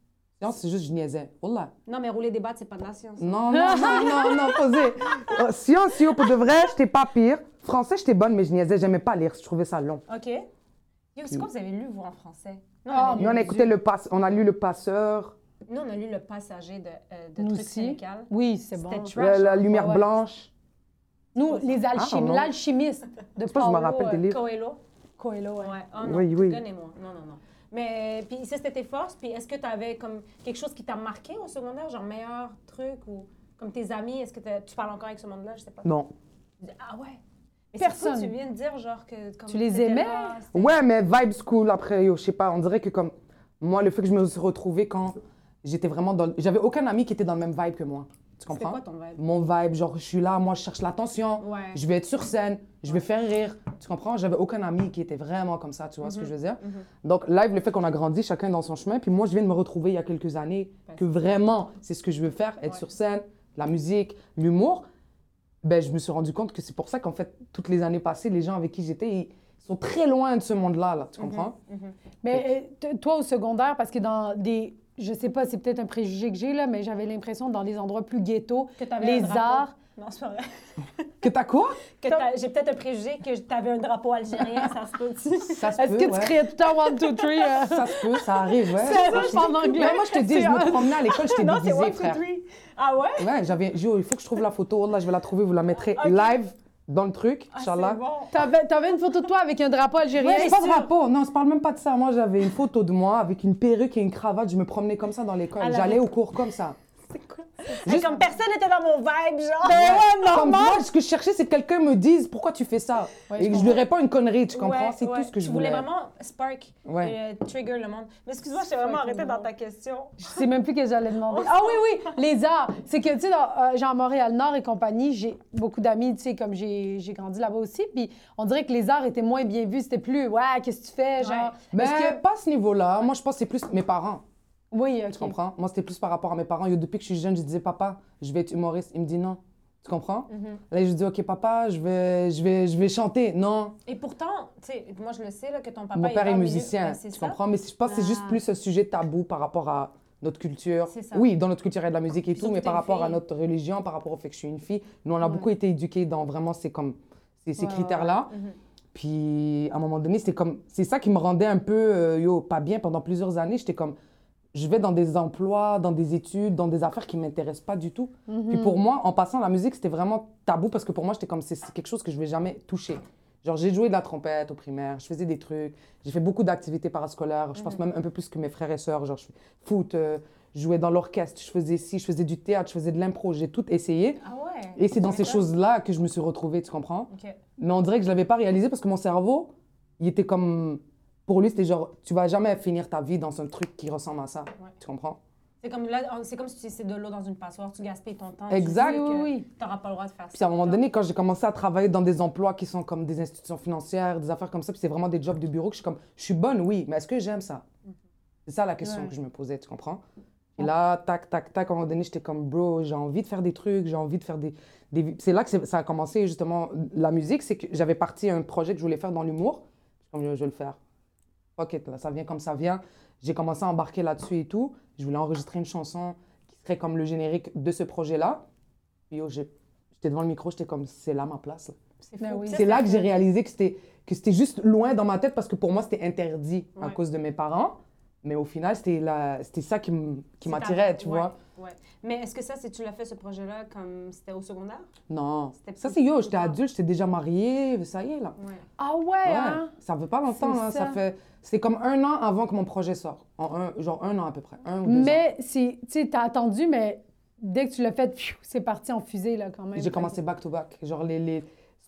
S4: Science, c'est juste je niaisais. Wallah.
S2: Non, mais rouler des battes, c'est pas de la science.
S4: Non, non, non, non, non,
S1: *laughs*
S4: posez. Euh, science, yo, pour de vrai, j'étais pas pire. Français, j'étais bonne, mais je niaisais. J'aimais pas lire. Je trouvais ça long.
S2: OK. Yo, c'est quoi vous avez lu, vous, en français? Non,
S1: Ah,
S2: avait
S4: Nous, on a
S2: lu-
S4: écouté le passe, on a lu le passeur,
S2: nous, on a lu Le Passager de, euh, de
S1: Nous
S2: Truc
S1: aussi.
S2: Syndical.
S1: Oui, c'est bon.
S2: C'était
S4: la-
S2: trash.
S4: euh, la lumière
S1: hein, ouais.
S4: blanche.
S1: Nous, les alchimistes,
S4: Ah, non.
S1: l'alchimiste de
S4: pas, je me
S1: Paulo,
S4: rappelle des
S1: euh,
S4: livres.
S2: Coelho.
S1: Coelho, ouais.
S2: Ouais. Oh, non.
S4: Oui, oui.
S2: Donnez-moi. Non, non, non. Mais puis ça, c'était tes forces. Puis est-ce que tu avais comme quelque chose qui t'a marqué au secondaire, genre meilleur truc ou comme tes amis, est-ce que t'as- tu parles encore avec ce monde-là, je sais pas.
S4: Non.
S2: Ah ouais. Mais
S1: Personne.
S2: Personne. tu viens de dire genre que comme
S1: Tu les
S2: t'étais
S1: aimais?
S2: là, c'était-
S4: Ouais, mais vibe school après, yo, je sais pas, on dirait que comme moi, le fait que je me suis retrouvée quand j'étais vraiment dans. le- J'avais aucun ami qui était dans le même vibe que moi. Tu
S2: C'était
S4: comprends?
S2: quoi ton vibe?
S4: Mon vibe, genre, je suis là, moi, je cherche l'attention,
S2: Ouais.
S4: je vais être sur scène, je vais faire rire. Tu comprends? J'avais aucun ami qui était vraiment comme ça, tu vois ce que je veux dire?
S2: Mhm.
S4: Donc, live, le fait qu'on a grandi, chacun dans son chemin, puis moi, je viens de me retrouver il y a quelques années que vraiment, c'est ce que je veux faire, être
S2: Ouais.
S4: sur scène, la musique, l'humour. Ben, je me suis rendu compte que c'est pour ça qu'en fait, toutes les années passées, les gens avec qui j'étais, ils sont très loin de ce monde-là, là, tu comprends?
S1: Mais euh, t- toi, au secondaire, parce que dans des. Je sais pas, c'est peut-être un préjugé que j'ai, là, mais j'avais l'impression dans les endroits plus ghetto,
S2: Que t'avais un
S1: les
S2: drapeau.
S1: arts.
S2: Non, c'est
S1: *laughs*
S2: pas vrai.
S4: Que t'as quoi?
S2: Que t'as- j'ai peut-être un préjugé que t'avais un drapeau algérien, ça se peut aussi.
S4: Ça se
S1: Est-ce
S4: peut,
S1: que
S4: ouais.
S1: tu créais tout le temps one, two, three? euh,
S4: Ça se peut, *laughs* ça arrive, ouais.
S1: C'est ça,
S4: Moi, je
S1: je parle
S4: te-
S1: anglais.
S4: Ouais, moi, je te dis, je
S1: C'est-
S4: me promenais à l'école, *laughs*
S2: *laughs*
S4: j'étais
S2: non, c'est
S4: déguisée,
S2: one, two,
S4: frère.
S2: three. Ah ouais?
S4: Ouais, j'avais... Yo, il faut que je trouve la photo, Oh là, je vais la trouver, vous la mettrez
S2: Ok.
S4: live dans le truc,
S2: Ah,
S4: Inch'Allah.
S2: c'est bon.
S1: T'avais, t'avais une photo de toi avec un drapeau algérien.
S4: Ouais, c'est pas de
S1: sûr.
S4: rapport. Non, je parle même pas de ça. Moi, j'avais une photo de moi avec une perruque et une cravate. Je me promenais comme ça dans l'école.
S2: À la
S4: J'allais au cours comme ça.
S2: Hey, comme personne n'était dans mon vibe, genre.
S4: Comme moi, ce que je cherchais, c'est que quelqu'un me dise pourquoi tu fais ça.
S1: Ouais, je
S4: et que je lui réponds une connerie. Tu comprends
S2: Ouais,
S4: C'est
S2: ouais.
S4: tout ce que je
S2: tu
S4: voulais.
S2: vraiment spark,
S4: Ouais.
S2: et, euh, trigger le monde. Mais excuse-moi, je t'ai vraiment arrêtée dans ta question.
S1: Je sais même plus que j'allais demander. Ah oui, oui, les arts. C'est que, tu sais, dans, euh, genre Montréal-Nord et compagnie, j'ai beaucoup d'amis, tu sais, comme j'ai, j'ai grandi là-bas aussi. Puis on dirait que les arts étaient moins bien vus. C'était plus, ouais, qu'est-ce que tu fais? Genre,
S4: Mais
S1: Est-ce que-
S4: Ben, pas à ce niveau-là. Moi, je pense que c'est plus mes parents.
S1: oui, OK.
S4: Tu
S2: Mm.
S4: comprends Moi, c'était plus par rapport à mes parents. Yo, depuis que je suis jeune, je disais, papa, je vais être humoriste. Il me dit non. Tu comprends
S1: Mhm.
S4: Là, je dis, ok, papa, je vais, je vais, je vais chanter. Non.
S2: Et pourtant, tu sais, moi je le sais là, que ton papa
S4: Mon père
S2: dans
S4: est
S2: le milieu-
S4: musicien,
S2: Ouais,
S4: tu
S2: c'est ça.
S4: comprends? Mais je pense que c'est juste
S2: Ah.
S4: plus un sujet tabou par rapport à notre culture.
S2: C'est ça.
S4: Oui, dans notre culture, il y a de la musique et
S2: Puis
S4: tout, mais
S2: surtout,
S4: par
S2: t'es une
S4: rapport à
S2: fille.
S4: notre religion, par rapport au fait que je suis une fille, nous, on a beaucoup été éduqués dans vraiment ces, comme, ces, ces
S1: Ouais,
S4: critères-là.
S2: Mhm.
S4: Puis, à un moment donné, c'était comme... C'est ça qui me rendait un peu, euh, yo, pas bien. Pendant plusieurs années, j'étais comme... Je vais dans des emplois, dans des études, dans des affaires qui m'intéressent pas du tout.
S1: Mhm.
S4: Puis
S2: Mm.
S4: pour moi, en passant, la musique, c'était vraiment tabou parce que pour moi, j'étais comme, c'est c'est quelque chose que je vais jamais toucher. Genre, j'ai joué de la trompette au primaire, je faisais des trucs, j'ai fait beaucoup d'activités parascolaires, je
S2: Mm.
S4: pense même un peu plus que mes frères et sœurs. Genre, je fais foot, euh, je jouais dans l'orchestre, je faisais ci, je faisais du théâtre, je faisais de l'impro, j'ai tout essayé.
S2: Ah ouais.
S4: Et c'est dans ces
S2: D'accord.
S4: choses-là que je me suis retrouvée, tu comprends?
S2: Ok.
S4: Mais on dirait que je ne l'avais pas réalisé parce que mon cerveau, il était comme. Pour lui, c'était genre, tu vas jamais finir ta vie dans un truc qui ressemble à ça.
S2: Ouais.
S4: Tu comprends?
S2: C'est comme là, on- c'est comme si tu essayais de l'eau dans une passoire, tu gaspilles ton temps.
S4: Exact.
S2: Tu
S1: Oui, oui,
S2: n'auras pas le droit de faire ça.
S4: Puis à un moment donné, quand j'ai commencé à travailler dans des emplois qui sont comme des institutions financières, des affaires comme ça, puis c'est vraiment des jobs de bureau que je suis comme, je suis bonne, oui, mais est-ce que j'aime ça? C'est ça la question
S1: Ouais.
S4: que je me posais, tu comprends? Et là, tac, tac, tac, à un moment donné, j'étais comme, bro, j'ai envie de faire des trucs, j'ai envie de faire des. des... vi- C'est là que c'est- ça a commencé, justement, la musique, c'est que j'avais parti à un projet que je voulais faire dans l'humour. Je suis comme, je vais le faire. Ok, là, ça vient comme ça vient. J'ai commencé à embarquer là-dessus et tout. Je voulais enregistrer une chanson qui serait comme le générique de ce projet-là. Puis yo, j'ai- j'étais devant le micro, j'étais comme, c'est là ma place. là.
S2: C'est
S1: Ben
S2: fou.
S1: oui.
S2: Ça,
S4: C'est là que j'ai réalisé que c'était que c'était juste loin dans ma tête parce que pour moi c'était interdit à
S2: Ouais.
S4: cause de mes parents. Mais au final, c'était la- c'était ça qui m-
S2: C'est
S4: qui
S2: ta-
S4: m'attirait, tu
S2: ouais,
S4: vois.
S2: ouais. Mais est-ce que ça, si tu l'as fait ce projet-là comme c'était au secondaire?
S4: Non.
S2: C'était
S4: Ça,
S2: plus-
S4: c'est yo,
S2: plus
S4: j'étais
S2: tard.
S4: adulte, j'étais déjà mariée, ça y est, là.
S2: Ouais.
S1: Ah ouais,
S4: Ouais,
S1: hein?
S4: ça fait pas longtemps,
S1: C'est
S4: hein,
S1: ça.
S4: ça fait... C'est comme un an avant que mon projet sorte. En un, genre un an à peu près, un ou deux ans.
S1: Mais c'est, tu sais, t'as attendu, mais dès que tu l'as fait, pfiou, c'est parti en fusée, là, quand même.
S4: J'ai commencé back-to-back. Genre, les, les,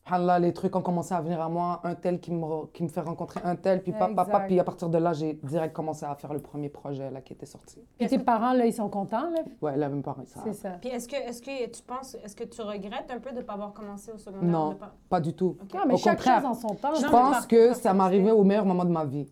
S4: subhanallah, les trucs ont commencé à venir à moi. Un tel qui me, re- qui me fait rencontrer un tel, puis papa,
S1: Exact.
S4: papa. Puis à partir de là, j'ai direct commencé à faire le premier projet là, qui était sorti.
S1: Puis tes parents, là, ils sont contents, là?
S4: Ouais, là, même pas ça.
S1: C'est ça.
S2: Puis est-ce que, est-ce que tu penses, est-ce que tu regrettes un peu de ne pas avoir commencé au secondaire?
S4: Non.
S2: de pas-
S4: Pas du tout.
S1: Ah, mais
S4: Au
S1: chaque
S4: contraire,
S1: chose en son temps.
S4: Je
S2: Non, mais
S4: pense
S2: par-
S4: que
S2: par-
S4: ça m'arrivait au meilleur moment de ma vie.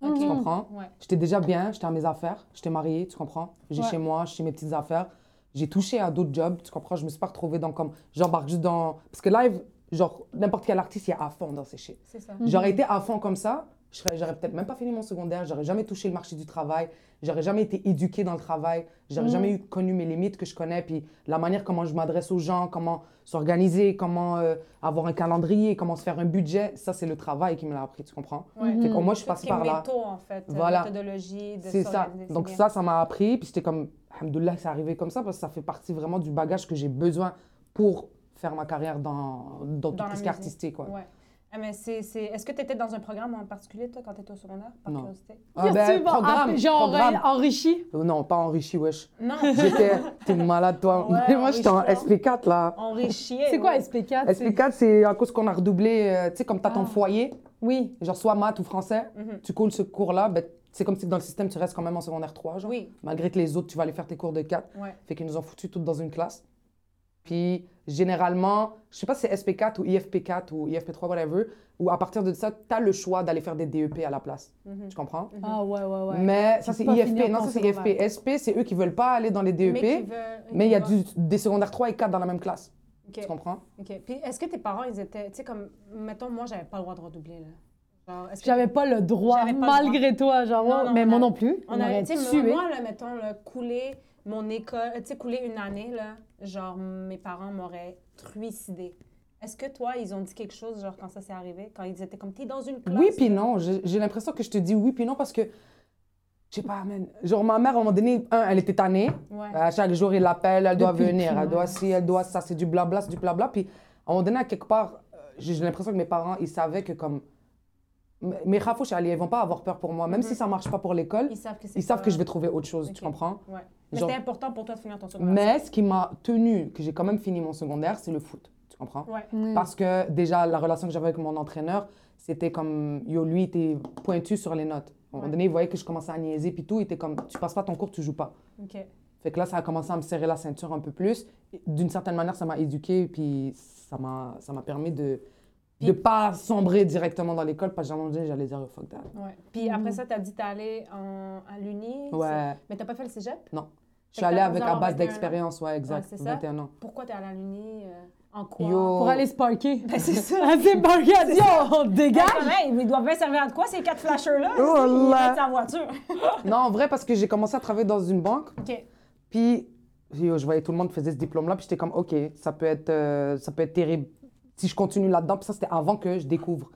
S1: Mhm.
S4: Tu comprends?
S2: Ouais.
S4: J'étais déjà bien, j'étais à mes affaires, j'étais mariée, tu comprends? J'ai
S1: Ouais.
S4: chez moi, j'ai mes petites affaires. J'ai touché à d'autres jobs, tu comprends? Je me suis pas retrouvée dans comme. J'embarque juste dans. Parce que live, genre, n'importe quel artiste, il est à fond dans ses shit.
S2: C'est ça.
S4: J'aurais été à fond comme ça, je serais- j'aurais peut-être même pas fini mon secondaire, j'aurais jamais touché le marché du travail, j'aurais jamais été éduquée dans le travail, j'aurais jamais eu, connu mes limites que je connais, puis la manière comment je m'adresse aux gens, comment s'organiser, comment euh, avoir un calendrier, comment se faire un budget, ça c'est le travail qui me l'a appris, tu comprends
S2: Ouais.
S4: Fait que moi
S2: Mm-hmm.
S4: je
S2: Tout ce
S4: passe
S2: qui est
S4: par là.
S2: métaux, en fait. euh,
S4: Voilà.
S2: Méthodologie, de
S4: C'est ça.
S2: s'organiser,
S4: Donc
S2: bien.
S4: ça, ça m'a appris, puis j'étais comme, alhamdoulilah, c'est arrivé comme ça, parce que ça fait partie vraiment du bagage que j'ai besoin pour faire ma carrière dans, dans,
S2: Dans
S4: tout
S2: la
S4: ce
S2: musique.
S4: qui est artistique. quoi.
S2: Ouais. Ah, mais c'est, c'est... Est-ce que tu étais dans un programme en particulier, toi, quand tu étais au secondaire, par
S4: Non.
S2: curiosité?
S4: Ah ben,
S1: Qu'est-ce que tu vas
S4: programme,
S1: appeler- genre
S4: programme.
S1: euh, enrichi.
S4: Euh, Non, pas enrichi, wesh.
S2: Non,
S1: *laughs*
S4: J'étais. T'es malade, toi.
S2: Ouais,
S4: Mais moi, j'étais en
S2: enrichi, hein.
S4: SP4, là.
S2: on réchiait.
S1: C'est quoi
S2: ouais.
S1: SP4? c'est-
S4: SP4, c'est à cause qu'on a redoublé. euh, tu sais, comme t'as ton
S1: Ah.
S4: foyer,
S1: Oui.
S4: genre soit maths ou français,
S2: Mhm.
S4: tu coules ce cours-là, ben, c'est comme si dans le système, tu restes quand même en secondaire 3, genre.
S2: Oui,
S4: Malgré que les autres, tu vas aller faire tes cours de 4.
S2: ouais.
S4: Fait qu'ils nous ont foutus toutes dans une classe. Puis, généralement, je sais pas si c'est SP4 ou IFP4 ou IFP3, whatever, ou à partir de ça, t'as le choix d'aller faire des DEP à la place.
S2: Mhm.
S4: Tu comprends?
S1: Ah ouais, ouais, ouais.
S4: Mais ça,
S1: Puis
S4: c'est
S1: pas
S4: IFP.
S1: finir
S4: Non,
S1: ton
S4: ça, c'est
S1: secondaire.
S4: IFP. SP, c'est eux qui veulent pas aller dans les E DEP.
S2: Mais, qui veut-
S4: Mais il y a
S2: qui
S4: du- des secondaires 3 et 4 dans la même classe.
S2: va-
S4: Tu
S2: Ok,
S4: comprends?
S2: ok. Puis est-ce que tes parents, ils étaient, tu sais, comme, mettons, moi, j'avais pas le droit de redoubler, là. Genre, est-ce que
S1: J'avais pas le droit,
S2: J'avais pas le
S1: malgré toi, genre,
S2: Non,
S1: ouais,
S2: non,
S1: mais
S2: on
S1: moi
S2: a-
S1: non plus. On,
S2: On a,
S1: aurait
S2: tu sais,
S1: tué.
S2: moi, moi, là, mettons, là, couler mon école, tu sais, couler une année, là, genre, mes parents m'auraient trucidé. Est-ce que toi, ils ont dit quelque chose, genre, quand ça s'est arrivé, quand ils étaient comme, t'es dans une classe? euh,
S4: Oui, puis
S2: là.
S4: non. J'ai j'ai l'impression que je te dis oui, puis non, parce que. Je sais pas, man. Genre, ma mère, à un moment donné, un, elle était tannée.
S2: Ouais.
S4: À chaque jour, il l'appelle, elle doit
S1: Depuis le
S4: venir, elle
S1: primaire.
S4: doit ci, elle doit ça. C'est du blabla, c'est du blabla. Puis, à un moment donné, à quelque part, euh, j'ai j'ai l'impression que mes parents, ils savaient que comme. mes- Mes rafouches, allez, ils vont pas avoir peur pour moi. Même
S2: Mhm.
S4: si ça marche pas pour l'école,
S2: Ils savent que c'est
S4: ils savent
S2: pas-
S4: que je vais trouver autre chose, tu
S2: Ok.
S4: comprends?
S2: Ouais. Mais
S4: Genre-
S2: c'était important pour toi de finir ton secondaire.
S4: Mais ce qui m'a tenu, que j'ai quand même fini mon secondaire, c'est le foot, tu comprends?
S2: Ouais.
S1: Mm.
S4: Parce que déjà, la relation que j'avais avec mon entraîneur, c'était comme, yo, lui, il était pointu sur les notes. À un moment
S2: Ouais.
S4: donné, il voyait que je commençais à niaiser, puis tout, il était comme, tu passes pas ton cours, tu joues pas.
S2: OK.
S4: Fait que là, ça a commencé à me serrer la ceinture un peu plus. Et D'une certaine manière, ça m'a éduqué, puis ça m'a ça m'a permis de de pas sombrer directement dans l'école, parce que j'allais dire- j'allais dire, oh, fuck that.
S2: Ouais. Puis après ça, t'as dit t'es allé en, à l'Uni. c'est-
S4: Mhm. Ouais.
S2: Mais t'as pas fait le cégep?
S4: Je suis allée
S2: t'as
S4: avec
S2: besoin
S4: à
S2: d'avoir 21
S4: base
S2: ans.
S4: d'expérience, ouais, exact,
S2: c'est ça.
S4: 21 ans.
S2: Pourquoi t'es allé à l'Uni? euh, en quoi?
S4: Yo.
S1: Pour aller sparker.
S2: Ben, c'est ça.
S1: *laughs* Ah, c'est sparker, elle dit, oh, on te
S2: Gars,
S1: dégage.
S2: pareil, mais ils doivent bien servir à de quoi, ces quatre flashers-là?
S4: Oh
S2: Ils
S4: là.
S2: *laughs* mettent sa voiture.
S4: Non, en vrai, parce que j'ai commencé à travailler dans une banque,
S2: OK.
S4: Puis, yo, je voyais tout le monde faisait ce diplôme-là, puis j'étais comme, OK, ça peut être, euh, ça peut être terrible si je continue là-dedans. Puis ça, c'était avant que je découvre.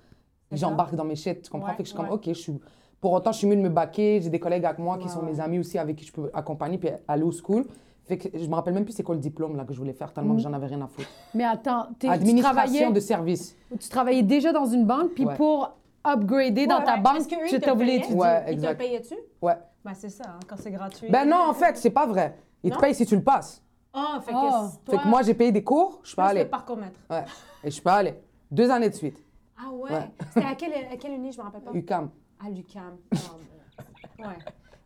S2: C'est
S4: J'embarque dans mes shit, tu comprends?
S2: Ouais,
S4: fait que je suis
S2: ouais.
S4: comme, OK, je suis... Pour autant, je suis mieux de me baquer. J'ai des collègues avec moi qui
S2: Ouais,
S4: sont
S2: ouais.
S4: mes amis aussi, avec qui je peux accompagner, puis aller au school. Fait que je me rappelle même plus c'est quoi le diplôme là, que je voulais faire, tellement
S1: Mm.
S4: que j'en avais rien à foutre.
S1: Mais attends, t'es- tu travaillais,
S4: Administration de service.
S1: tu travaillais déjà dans une banque, puis
S4: Ouais.
S1: pour upgrader dans
S2: Ouais,
S1: ta
S2: ouais.
S1: banque,
S2: Est-ce qu'eux,
S1: tu
S2: ils te
S1: t'as voulu
S2: payaient?
S1: étudier.
S4: Ouais,
S2: Ils te le
S4: exact.
S2: payaient-tu?
S4: Ouais.
S2: Ben, c'est ça, hein, quand c'est gratuit.
S4: Ben non, en fait, c'est pas vrai. Ils te
S2: Non?
S4: payent si tu le passes.
S2: Ah, fait que
S1: Ah.
S2: c'est- toi,
S4: Fait que moi, j'ai payé des cours, je suis pas
S2: plus le
S4: allée.
S2: parcours maître.
S4: Ouais. Et je suis pas allée. Deux années de suite.
S2: Ah ouais?
S4: Ouais.
S2: C'était à quelle, à quelle uni, je me rappelle pas?
S4: UCAM.
S2: À l'UQAM. Ah, bon. ouais.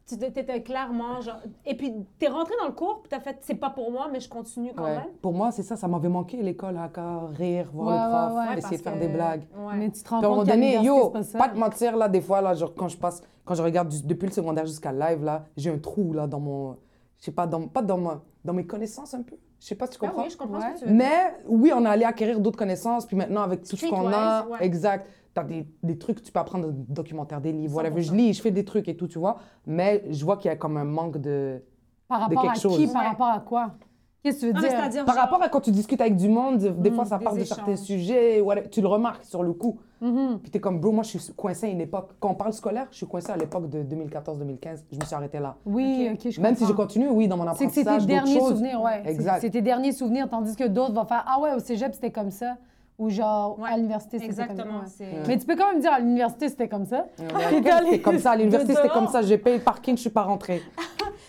S2: Tu te- t'étais clairement genre... Et puis, t'es rentré dans le cours, puis t'as fait « C'est pas pour moi, mais je continue quand
S4: Ouais.
S2: même
S4: Pour moi, c'est ça, ça m'avait manqué l'école, à qu'à rire, voir
S1: Ouais,
S4: le prof,
S1: ouais, ouais,
S2: Ouais,
S4: essayer
S2: parce
S4: de faire
S2: que-
S4: des blagues. Puis
S2: Ouais.
S1: Mais tu te rends
S4: à un moment
S1: compte qu'à
S4: donné,
S1: l'université,
S4: yo,
S1: c'est pas ça.
S4: pas te mentir, là, des fois, là, genre, quand je passe, quand je regarde du- depuis le secondaire jusqu'à live, là, j'ai un trou, là, dans mon, je sais pas, dans, pas dans, ma- dans mes connaissances un peu. Je sais pas si tu
S2: Ah
S4: comprends.
S2: oui, je comprends ce que tu veux dire.
S4: Mais oui, on est allé acquérir d'autres connaissances, puis maintenant, avec tout ce qu'on a,
S2: Streetwise, ouais.
S4: exact, t'as des, des trucs, tu peux apprendre des documentaires, des livres, whatever.
S2: 100%.
S4: Je lis, je fais des trucs et tout, tu vois, mais je vois qu'il y a comme un manque de...
S1: Par
S4: de
S1: rapport à
S4: quelque chose.
S1: qui, par
S2: Ouais.
S1: rapport à quoi? Qu'est-ce que tu veux
S2: Non, mais
S1: dire?
S2: c'est-à-dire,
S4: Par
S2: genre-
S4: rapport à quand tu discutes avec du monde, des
S1: Mm,
S4: fois ça
S2: des
S4: part de
S2: échanges.
S4: certains sujets, voilà, tu le remarques sur le coup.
S1: Mhm.
S4: Puis t'es comme, bro, moi je suis coincé à une époque. Quand on parle scolaire, je suis coincé à l'époque de 2014-2015. Je me suis arrêté là.
S1: Oui, ok, je
S4: Même si je
S1: comprends.
S4: continue, oui, dans mon
S1: C'est que c'est tes
S4: apprentissage, d'autres
S1: derniers
S4: choses.
S1: souvenirs, ouais. C'est-
S4: Exact.
S1: C'est tes derniers souvenirs, tandis que d'autres vont faire Ah ouais, au cégep, c'était comme ça. Ou genre,
S2: Ouais,
S1: à l'université, c'était comme ça.
S2: Exactement.
S1: Ouais.
S2: c'est-
S1: Mais tu peux quand même dire à l'université, c'était comme ça. *laughs* T'es allé
S4: C'était comme ça, à l'université
S2: de
S4: c'était
S2: dehors.
S4: comme ça, j'ai payé le parking, je suis pas rentrée.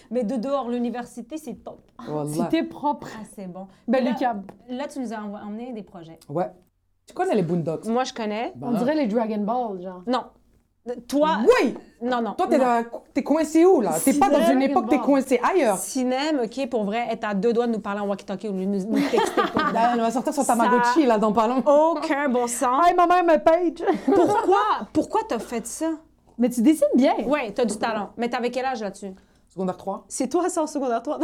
S2: Mais de dehors, l'université, c'est top.
S1: Si
S4: Wallah.
S1: t'es propre.
S2: Ah, c'est bon.
S1: Ben,
S2: Là-
S1: Lucam,
S2: Là, tu nous as envo- emmené des projets.
S4: Ouais. Tu connais les Boondocks? Ben, hein.
S2: Moi, je connais.
S1: on dirait les Dragon Ball, genre.
S2: Non. De- Toi,
S4: Oui!
S2: non, non.
S4: Toi, t'es,
S2: non.
S4: là- t'es coincé où, là? T'es pas dans
S1: Sidéré,
S4: une époque, t'es
S1: bon.
S4: coincé ailleurs.
S2: Cinem, OK, pour vrai, est à deux doigts de nous parler en walkie-talkie ou de nous, nous *laughs* texter. pour vrai.
S4: Là, elle Ben, va sortir son Tamagotchi, là, dans pas long.
S2: Aucun bon sens.
S1: Hey, ma mère me page!
S2: Pourquoi, pourquoi t'as fait ça?
S1: Mais tu dessines bien.
S2: Ouais, t'as du talent. Mais t'avais quel âge là-dessus?
S4: Secondaire 3.
S2: C'est toi, ça, en secondaire 3.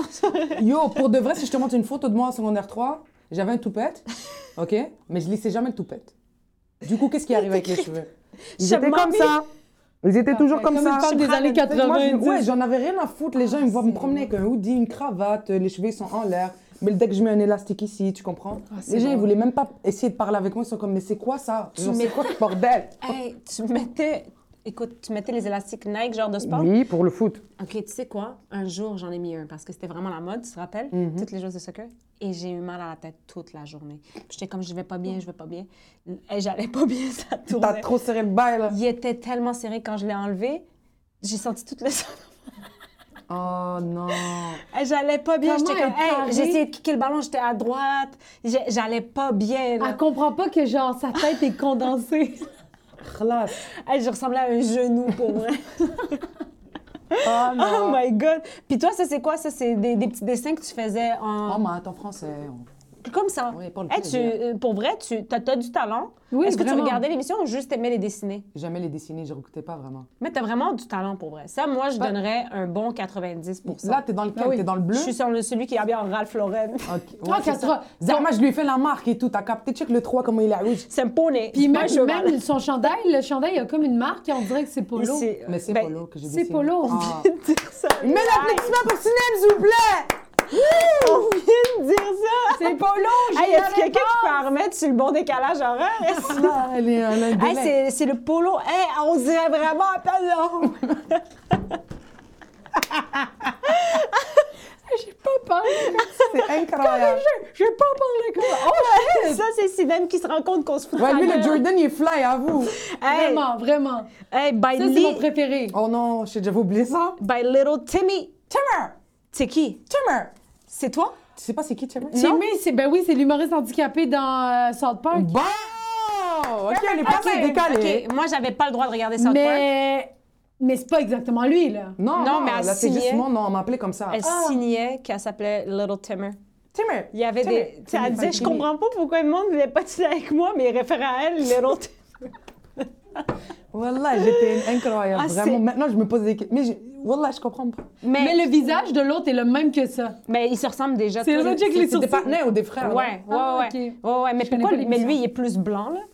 S4: Yo, pour de vrai, si je te montre une photo de moi en secondaire 3, j'avais un toupette, OK? Mais je lissais jamais le toupette. Du coup, qu'est-ce qui arrive avec les cheveux? Ils
S2: Chef
S4: étaient comme
S2: Mami.
S4: ça. Ils étaient toujours comme,
S1: Comme
S4: ça.
S1: une femme des années
S4: Moi, je-
S1: 80.
S4: ouais, j'en avais rien à foutre. Les gens, ils me voient me promener avec un hoodie, une cravate, euh, les cheveux, ils sont en l'air. Mais dès que je mets un élastique ici, tu comprends?
S2: c'est
S4: les gens,
S2: bon.
S4: ils voulaient même pas essayer de parler avec moi. Ils sont comme, mais c'est quoi ça? Genre,
S2: mets-
S4: C'est quoi ce bordel?
S2: hey, tu mettais... Écoute, tu mettais les élastiques Nike, genre de sport?
S4: Oui, pour le foot.
S2: OK, tu sais quoi? Un jour, j'en ai mis un parce que c'était vraiment la mode, tu te rappelles?
S4: Mhm.
S2: Toutes les joueuses de soccer. Et j'ai eu mal à la tête toute la journée. Puis J'étais comme, je vais pas bien, je vais pas bien. Et j'allais pas bien, *laughs* ça
S4: T'as
S2: tournait.
S4: trop serré le bail, là.
S2: Il était tellement serré quand je l'ai enlevé. J'ai senti toute la *laughs*
S4: Oh non.
S2: Hey, J'allais pas bien.
S1: Comment
S2: J'étais comme,
S1: elle
S2: hey,
S1: parie?
S2: j'essayais de kicker le ballon, j'étais à droite. J'ai- J'allais pas bien. là.
S1: Elle comprend pas que, genre,
S4: *laughs*
S1: sa tête est condensée.
S4: Classe.
S2: *laughs* Hey, je ressemblais à un genou pour vrai.
S4: Oh
S2: oh
S4: *laughs* non.
S2: my God. Puis toi, ça, c'est quoi? Ça, c'est des, des petits dessins que tu faisais
S4: Oh,
S2: en.
S4: mais attends, français.
S2: Comme ça.
S4: Oui, pour le
S2: Hey, tu,
S4: plaisir.
S2: euh, pour vrai, tu as, du talent.
S1: Oui,
S2: Est-ce que tu
S1: vraiment.
S2: regardais l'émission ou juste t'aimais les dessiner?
S4: Jamais les dessiner, je recrutais pas vraiment.
S2: Mais t'as vraiment du talent pour vrai. Ça, moi, je
S4: Pas-
S2: donnerais un bon 90
S4: Là, t'es dans lequel?
S1: Ah oui.
S4: T'es dans le bleu?
S2: Je suis sur le, celui qui est habillé en Ralph Lauren. *laughs*
S4: Ok, ouais,
S1: Ah,
S4: c'est ça.
S1: Katra.
S4: Zama, je lui ai fait la marque et tout. T'as capté, check le 3 comment il est Ah rouge.
S2: C'est un poney.
S1: Puis
S2: un
S1: même,
S2: cheval.
S1: même son chandail, le chandail, il a comme une marque, et on dirait que c'est Polo.
S2: C'est-
S4: Mais c'est
S2: ben,
S4: Polo que j'ai
S1: c'est
S4: dessiné.
S1: Polo.
S4: Ah.
S2: dire ça.
S4: *laughs* Mais l'applaudissement pour Sinem, s'il vous plaît!
S2: On vient de dire ça!
S1: C'est Polo!
S2: Hey, y a-tu quelqu'un qui peut en remettre sur le bon décalage horaire?
S4: Là, elle est elle a un
S2: *laughs* hey,
S4: délai.
S2: c'est, c'est le polo. Hey, on dirait *laughs* vraiment un polo!
S4: C'est incroyable.
S2: J'ai pas parlé comme ça. Oh, ça, c'est Sidem qui se rend compte qu'on se fout de
S4: Ouais,
S2: sa
S4: lui, le
S2: gueule.
S4: Jordan, il est fly, avoue.
S2: Hey,
S1: Vraiment, vraiment.
S2: hey, by,
S1: Ça, c'est
S2: li-
S1: mon préféré.
S4: Oh non, j'ai déjà oublié ça.
S2: by little Timmy.
S4: Timmer!
S2: C'est qui?
S4: Timmer!
S2: C'est toi?
S4: Tu sais pas c'est qui Timmer?
S1: Timmy, c'est ben oui, c'est l'humoriste handicapé dans euh, South Park.
S4: Bon! Ok, elle est passée décalée.
S2: Ok, moi, j'avais pas le droit de regarder ça.
S1: mais mais c'est pas exactement lui là.
S4: Non,
S2: Non,
S4: non,
S2: mais elle
S4: là, c'est juste
S2: signait.
S4: mon nom, on m'appelait comme ça.
S2: Elle signait qu'elle s'appelait Little Timmer.
S4: Timmer!
S2: Il y avait
S4: Timmy.
S2: des. Tu sais,
S4: Timmy
S2: elle disait, je
S4: Fantini.
S2: comprends pas pourquoi le monde voulait pas être avec moi, mais il référait à elle, Little Timmer.
S4: Wallah, j'étais incroyable.
S2: Ah, c'est-
S4: Vraiment, maintenant, je me pose des questions. Mais je... Wallah, je comprends pas.
S1: Mais le visage de l'autre est le même que ça.
S2: Mais ils se ressemblent déjà.
S1: C'est le
S2: tous les-
S1: même check les
S4: C'est des
S1: sourcils.
S4: partenaires ou des frères?
S2: Ouais, ouais,
S1: Ah,
S2: ouais.
S1: ok.
S2: Ouais, ouais, Mais
S1: Je connais
S2: pourquoi
S1: pas
S2: lui, mais lui,
S1: l'émission.
S2: il est plus blanc, là?
S4: non?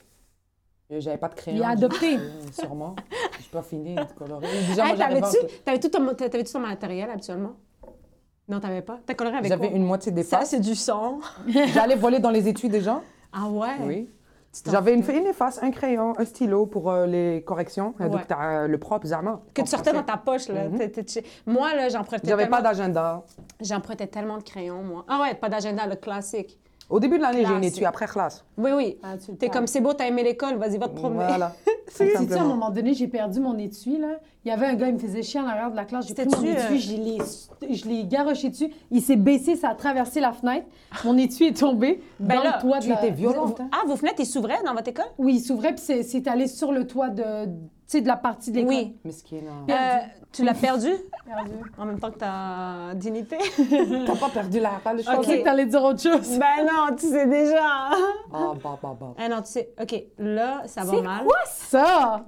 S4: Euh, J'avais pas de crayon.
S1: Il a adopté.
S4: j'ai- Sûrement. Je suis pas finie de colorer. Déjà,
S2: Hey,
S4: moi, j'avais
S2: Eh, t'avais-tu t'avais tout, ton- t'avais tout ton matériel habituellement? Non, t'avais pas? T'as coloré avec
S4: J'avais
S2: quoi?
S4: une moitié des
S2: Ça,
S4: faces.
S2: c'est du son.
S4: J'allais voler dans les études des gens.
S2: Ah ouais?
S4: Oui.
S2: Tu t'en-
S4: J'avais une, une efface, un crayon, un stylo pour euh, les corrections. Euh,
S2: Ouais.
S4: Donc, t'as euh, le propre, Zama.
S2: Que tu sortais dans ta poche, là. T'étais chez- Moi, là, j'empruntais
S4: J'avais
S2: tellement...
S4: pas d'agenda.
S2: J'empruntais tellement de crayons, moi. Ah ouais, pas d'agenda, le classique.
S4: Au début de l'année, j'ai une
S2: Classique.
S4: étui, après classe.
S2: Oui, oui.
S1: Ah, tu le
S2: T'es
S1: parles.
S2: comme, c'est beau, t'as aimé l'école, vas-y, va te promener.
S4: Voilà.
S1: Tu
S4: Tout
S1: sais, à un
S4: simplement.
S1: moment donné, j'ai perdu mon étui là. Il y avait un gars, il me faisait chier en arrière de la classe. J'ai pris mon
S2: C'était-tu, euh,
S1: étui, je l'ai- je l'ai garoché dessus. Il s'est baissé, ça a traversé la fenêtre. Mon étui est tombé
S2: Ben
S1: dans
S2: là,
S1: le toit de
S4: tu
S1: la-
S4: étais violente. hein.
S2: *laughs* Ah, vos fenêtres, ils s'ouvraient dans votre école?
S1: Oui, il s'ouvrait puis c'est- c'est allé sur le toit de, tu sais, de la partie de l'école.
S2: Oui.
S4: Mesquine. hein.
S2: Euh, tu l'as perdu
S1: Perdu.
S2: *laughs* en même temps que ta dignité?
S4: T'as pas perdu la râle, je
S1: Je
S2: Ok.
S4: pense.
S1: pensais que t'allais dire autre chose.
S2: *laughs* ben non, tu sais *laughs* déjà.
S4: Ah, bah, bah, bah.
S2: Ah non, tu sais, OK, là, ça va
S1: C'est
S2: mal.
S1: quoi *laughs* ça?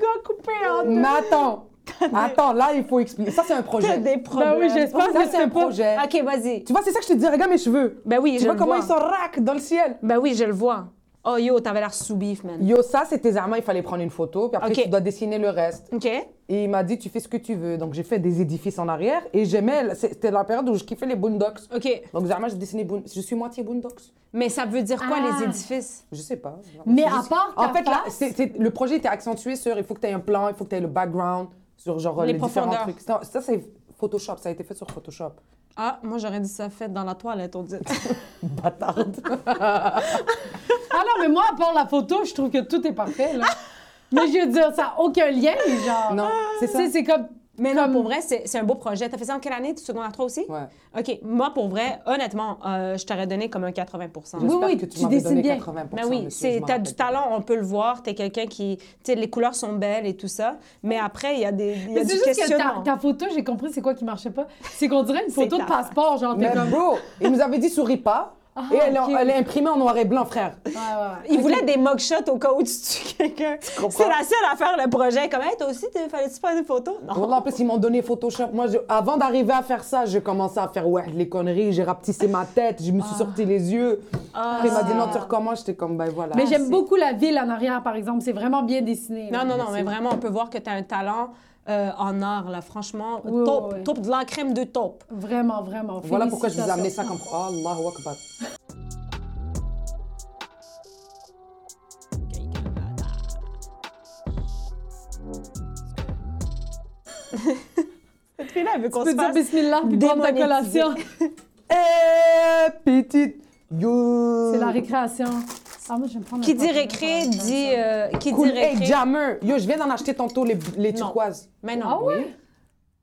S2: gars coupé en
S4: Mais attends, attends, là, il faut expliquer. Ça, c'est un
S2: T'as
S4: projet.
S2: des
S1: Ben
S2: problèmes.
S1: oui, j'espère
S4: Ça,
S1: que
S4: c'est un
S1: c'est pas...
S4: projet.
S2: OK, vas-y.
S4: Tu vois, c'est ça que je te dis. Regarde mes cheveux.
S2: Ben oui,
S4: Tu
S2: je
S4: vois
S2: le
S4: comment
S2: vois.
S4: ils se raquent dans le ciel.
S2: Ben oui, je le vois. Oh yo, t'avais l'air sous beef, man.
S4: Yo, ça, c'était Zama, il fallait prendre une photo, puis après,
S2: Ok.
S4: tu dois dessiner le reste.
S2: OK.
S4: Et il m'a dit, tu fais ce que tu veux. Donc, j'ai fait des édifices en arrière et j'aimais, c'était la période où je kiffais les boondocks.
S2: OK.
S4: Donc, Zama, j'ai dessiné, boon- je suis moitié boondocks.
S2: Mais ça veut dire quoi,
S1: Ah.
S2: les édifices?
S4: Je sais pas. Zama.
S1: Mais
S4: Je
S1: à
S4: sais-
S1: part
S4: En
S1: ta
S4: fait, là,
S1: face-
S4: c'est- c'est- le projet était accentué sur il faut que tu aies un plan, il faut que tu aies le background, sur genre
S2: Les
S4: les, différents
S2: profondeurs.
S4: trucs. Ça, ça, c'est Photoshop, ça a été fait sur Photoshop.
S2: Ah, moi, j'aurais dit ça fait dans la toilette, *laughs* on dit.
S4: Bâtarde.
S1: Ah non, mais moi, à part la photo, je trouve que tout est parfait, là. mais je veux dire, ça n'a aucun lien, genre.
S4: non, c'est
S1: Tu
S4: ça.
S1: sais, c'est comme...
S2: Mais non, pour vrai, c'est c'est un beau projet. T'as fait ça en quelle année? Tu secondaire 3 aussi?
S4: Ouais.
S2: OK. Moi, pour vrai, honnêtement, euh, je t'aurais donné comme un 80
S1: Oui,
S4: J'espère
S1: oui,
S4: que tu,
S1: tu
S4: m'avais
S1: dessines
S4: donné
S1: bien.
S4: 80%.
S2: Ben oui,
S4: monsieur, je
S2: c'est
S4: m'en
S2: t'as du
S4: rappelle.
S2: talent, on peut le voir. T'es quelqu'un qui, tu sais, les couleurs sont belles et tout ça. Mais après, il y a des, il y a
S1: Mais
S2: du
S1: c'est juste que ta,
S2: questionnement.
S1: ta photo, j'ai compris c'est quoi qui marchait pas. C'est qu'on dirait une
S2: C'est
S1: photo de
S2: ta-
S1: passeport, genre, t'es
S4: Mais
S1: comme...
S4: bro, il nous avait dit souris pas.
S1: Ah,
S4: et elle, est en-
S1: ok.
S4: elle est imprimée en noir et blanc, frère.
S1: Ouais, ouais.
S2: Il
S1: Ok.
S2: voulait des mugshots au cas où tu tues quelqu'un.
S4: comprends?
S2: C'est la seule à faire le projet. Comme, hey, toi aussi, t'es- fallait-tu prendre une photo? Non.
S4: Wallah, en plus, ils m'ont donné Photoshop. Moi, je- avant d'arriver à faire ça, j'ai commencé à faire ouais, les conneries. J'ai rapetissé ma tête, je me suis sorti les yeux.
S2: Ah.
S4: Après, il m'a dit non, tu recommences. J'étais comme, ben voilà.
S1: Mais j'aime
S2: c'est-
S1: beaucoup la ville en arrière, par exemple. C'est vraiment bien dessiné. là.
S2: Non, non, non, mais vraiment, on peut voir que tu as un talent euh, en art, là, franchement.
S1: Oui,
S2: top,
S1: oui, oui.
S2: top de la crème de top.
S1: Vraiment, vraiment.
S4: Voilà pourquoi je vous ai amené
S1: Félicitations.
S4: ça comme. Allahu Akbar.
S2: Cette fille-là, elle veut qu'on
S1: Tu
S2: se
S1: peux dire
S2: fasse...
S1: bismillah puis prendre ta
S2: démonétiser.
S1: collation.
S4: Eh, petite. Yo.
S1: C'est la récréation. Ah, moi, je vais me prendre un
S2: Oh. Qui dit
S1: papier,
S2: récré,
S1: ça va être
S2: dit...
S1: comme ça.
S2: euh, qui dit
S4: Cool. Hey,
S2: récré...
S4: jammer. Yo, je viens d'en acheter tantôt les, les
S2: Non.
S4: turquoises.
S2: Mais non.
S1: Ah ouais?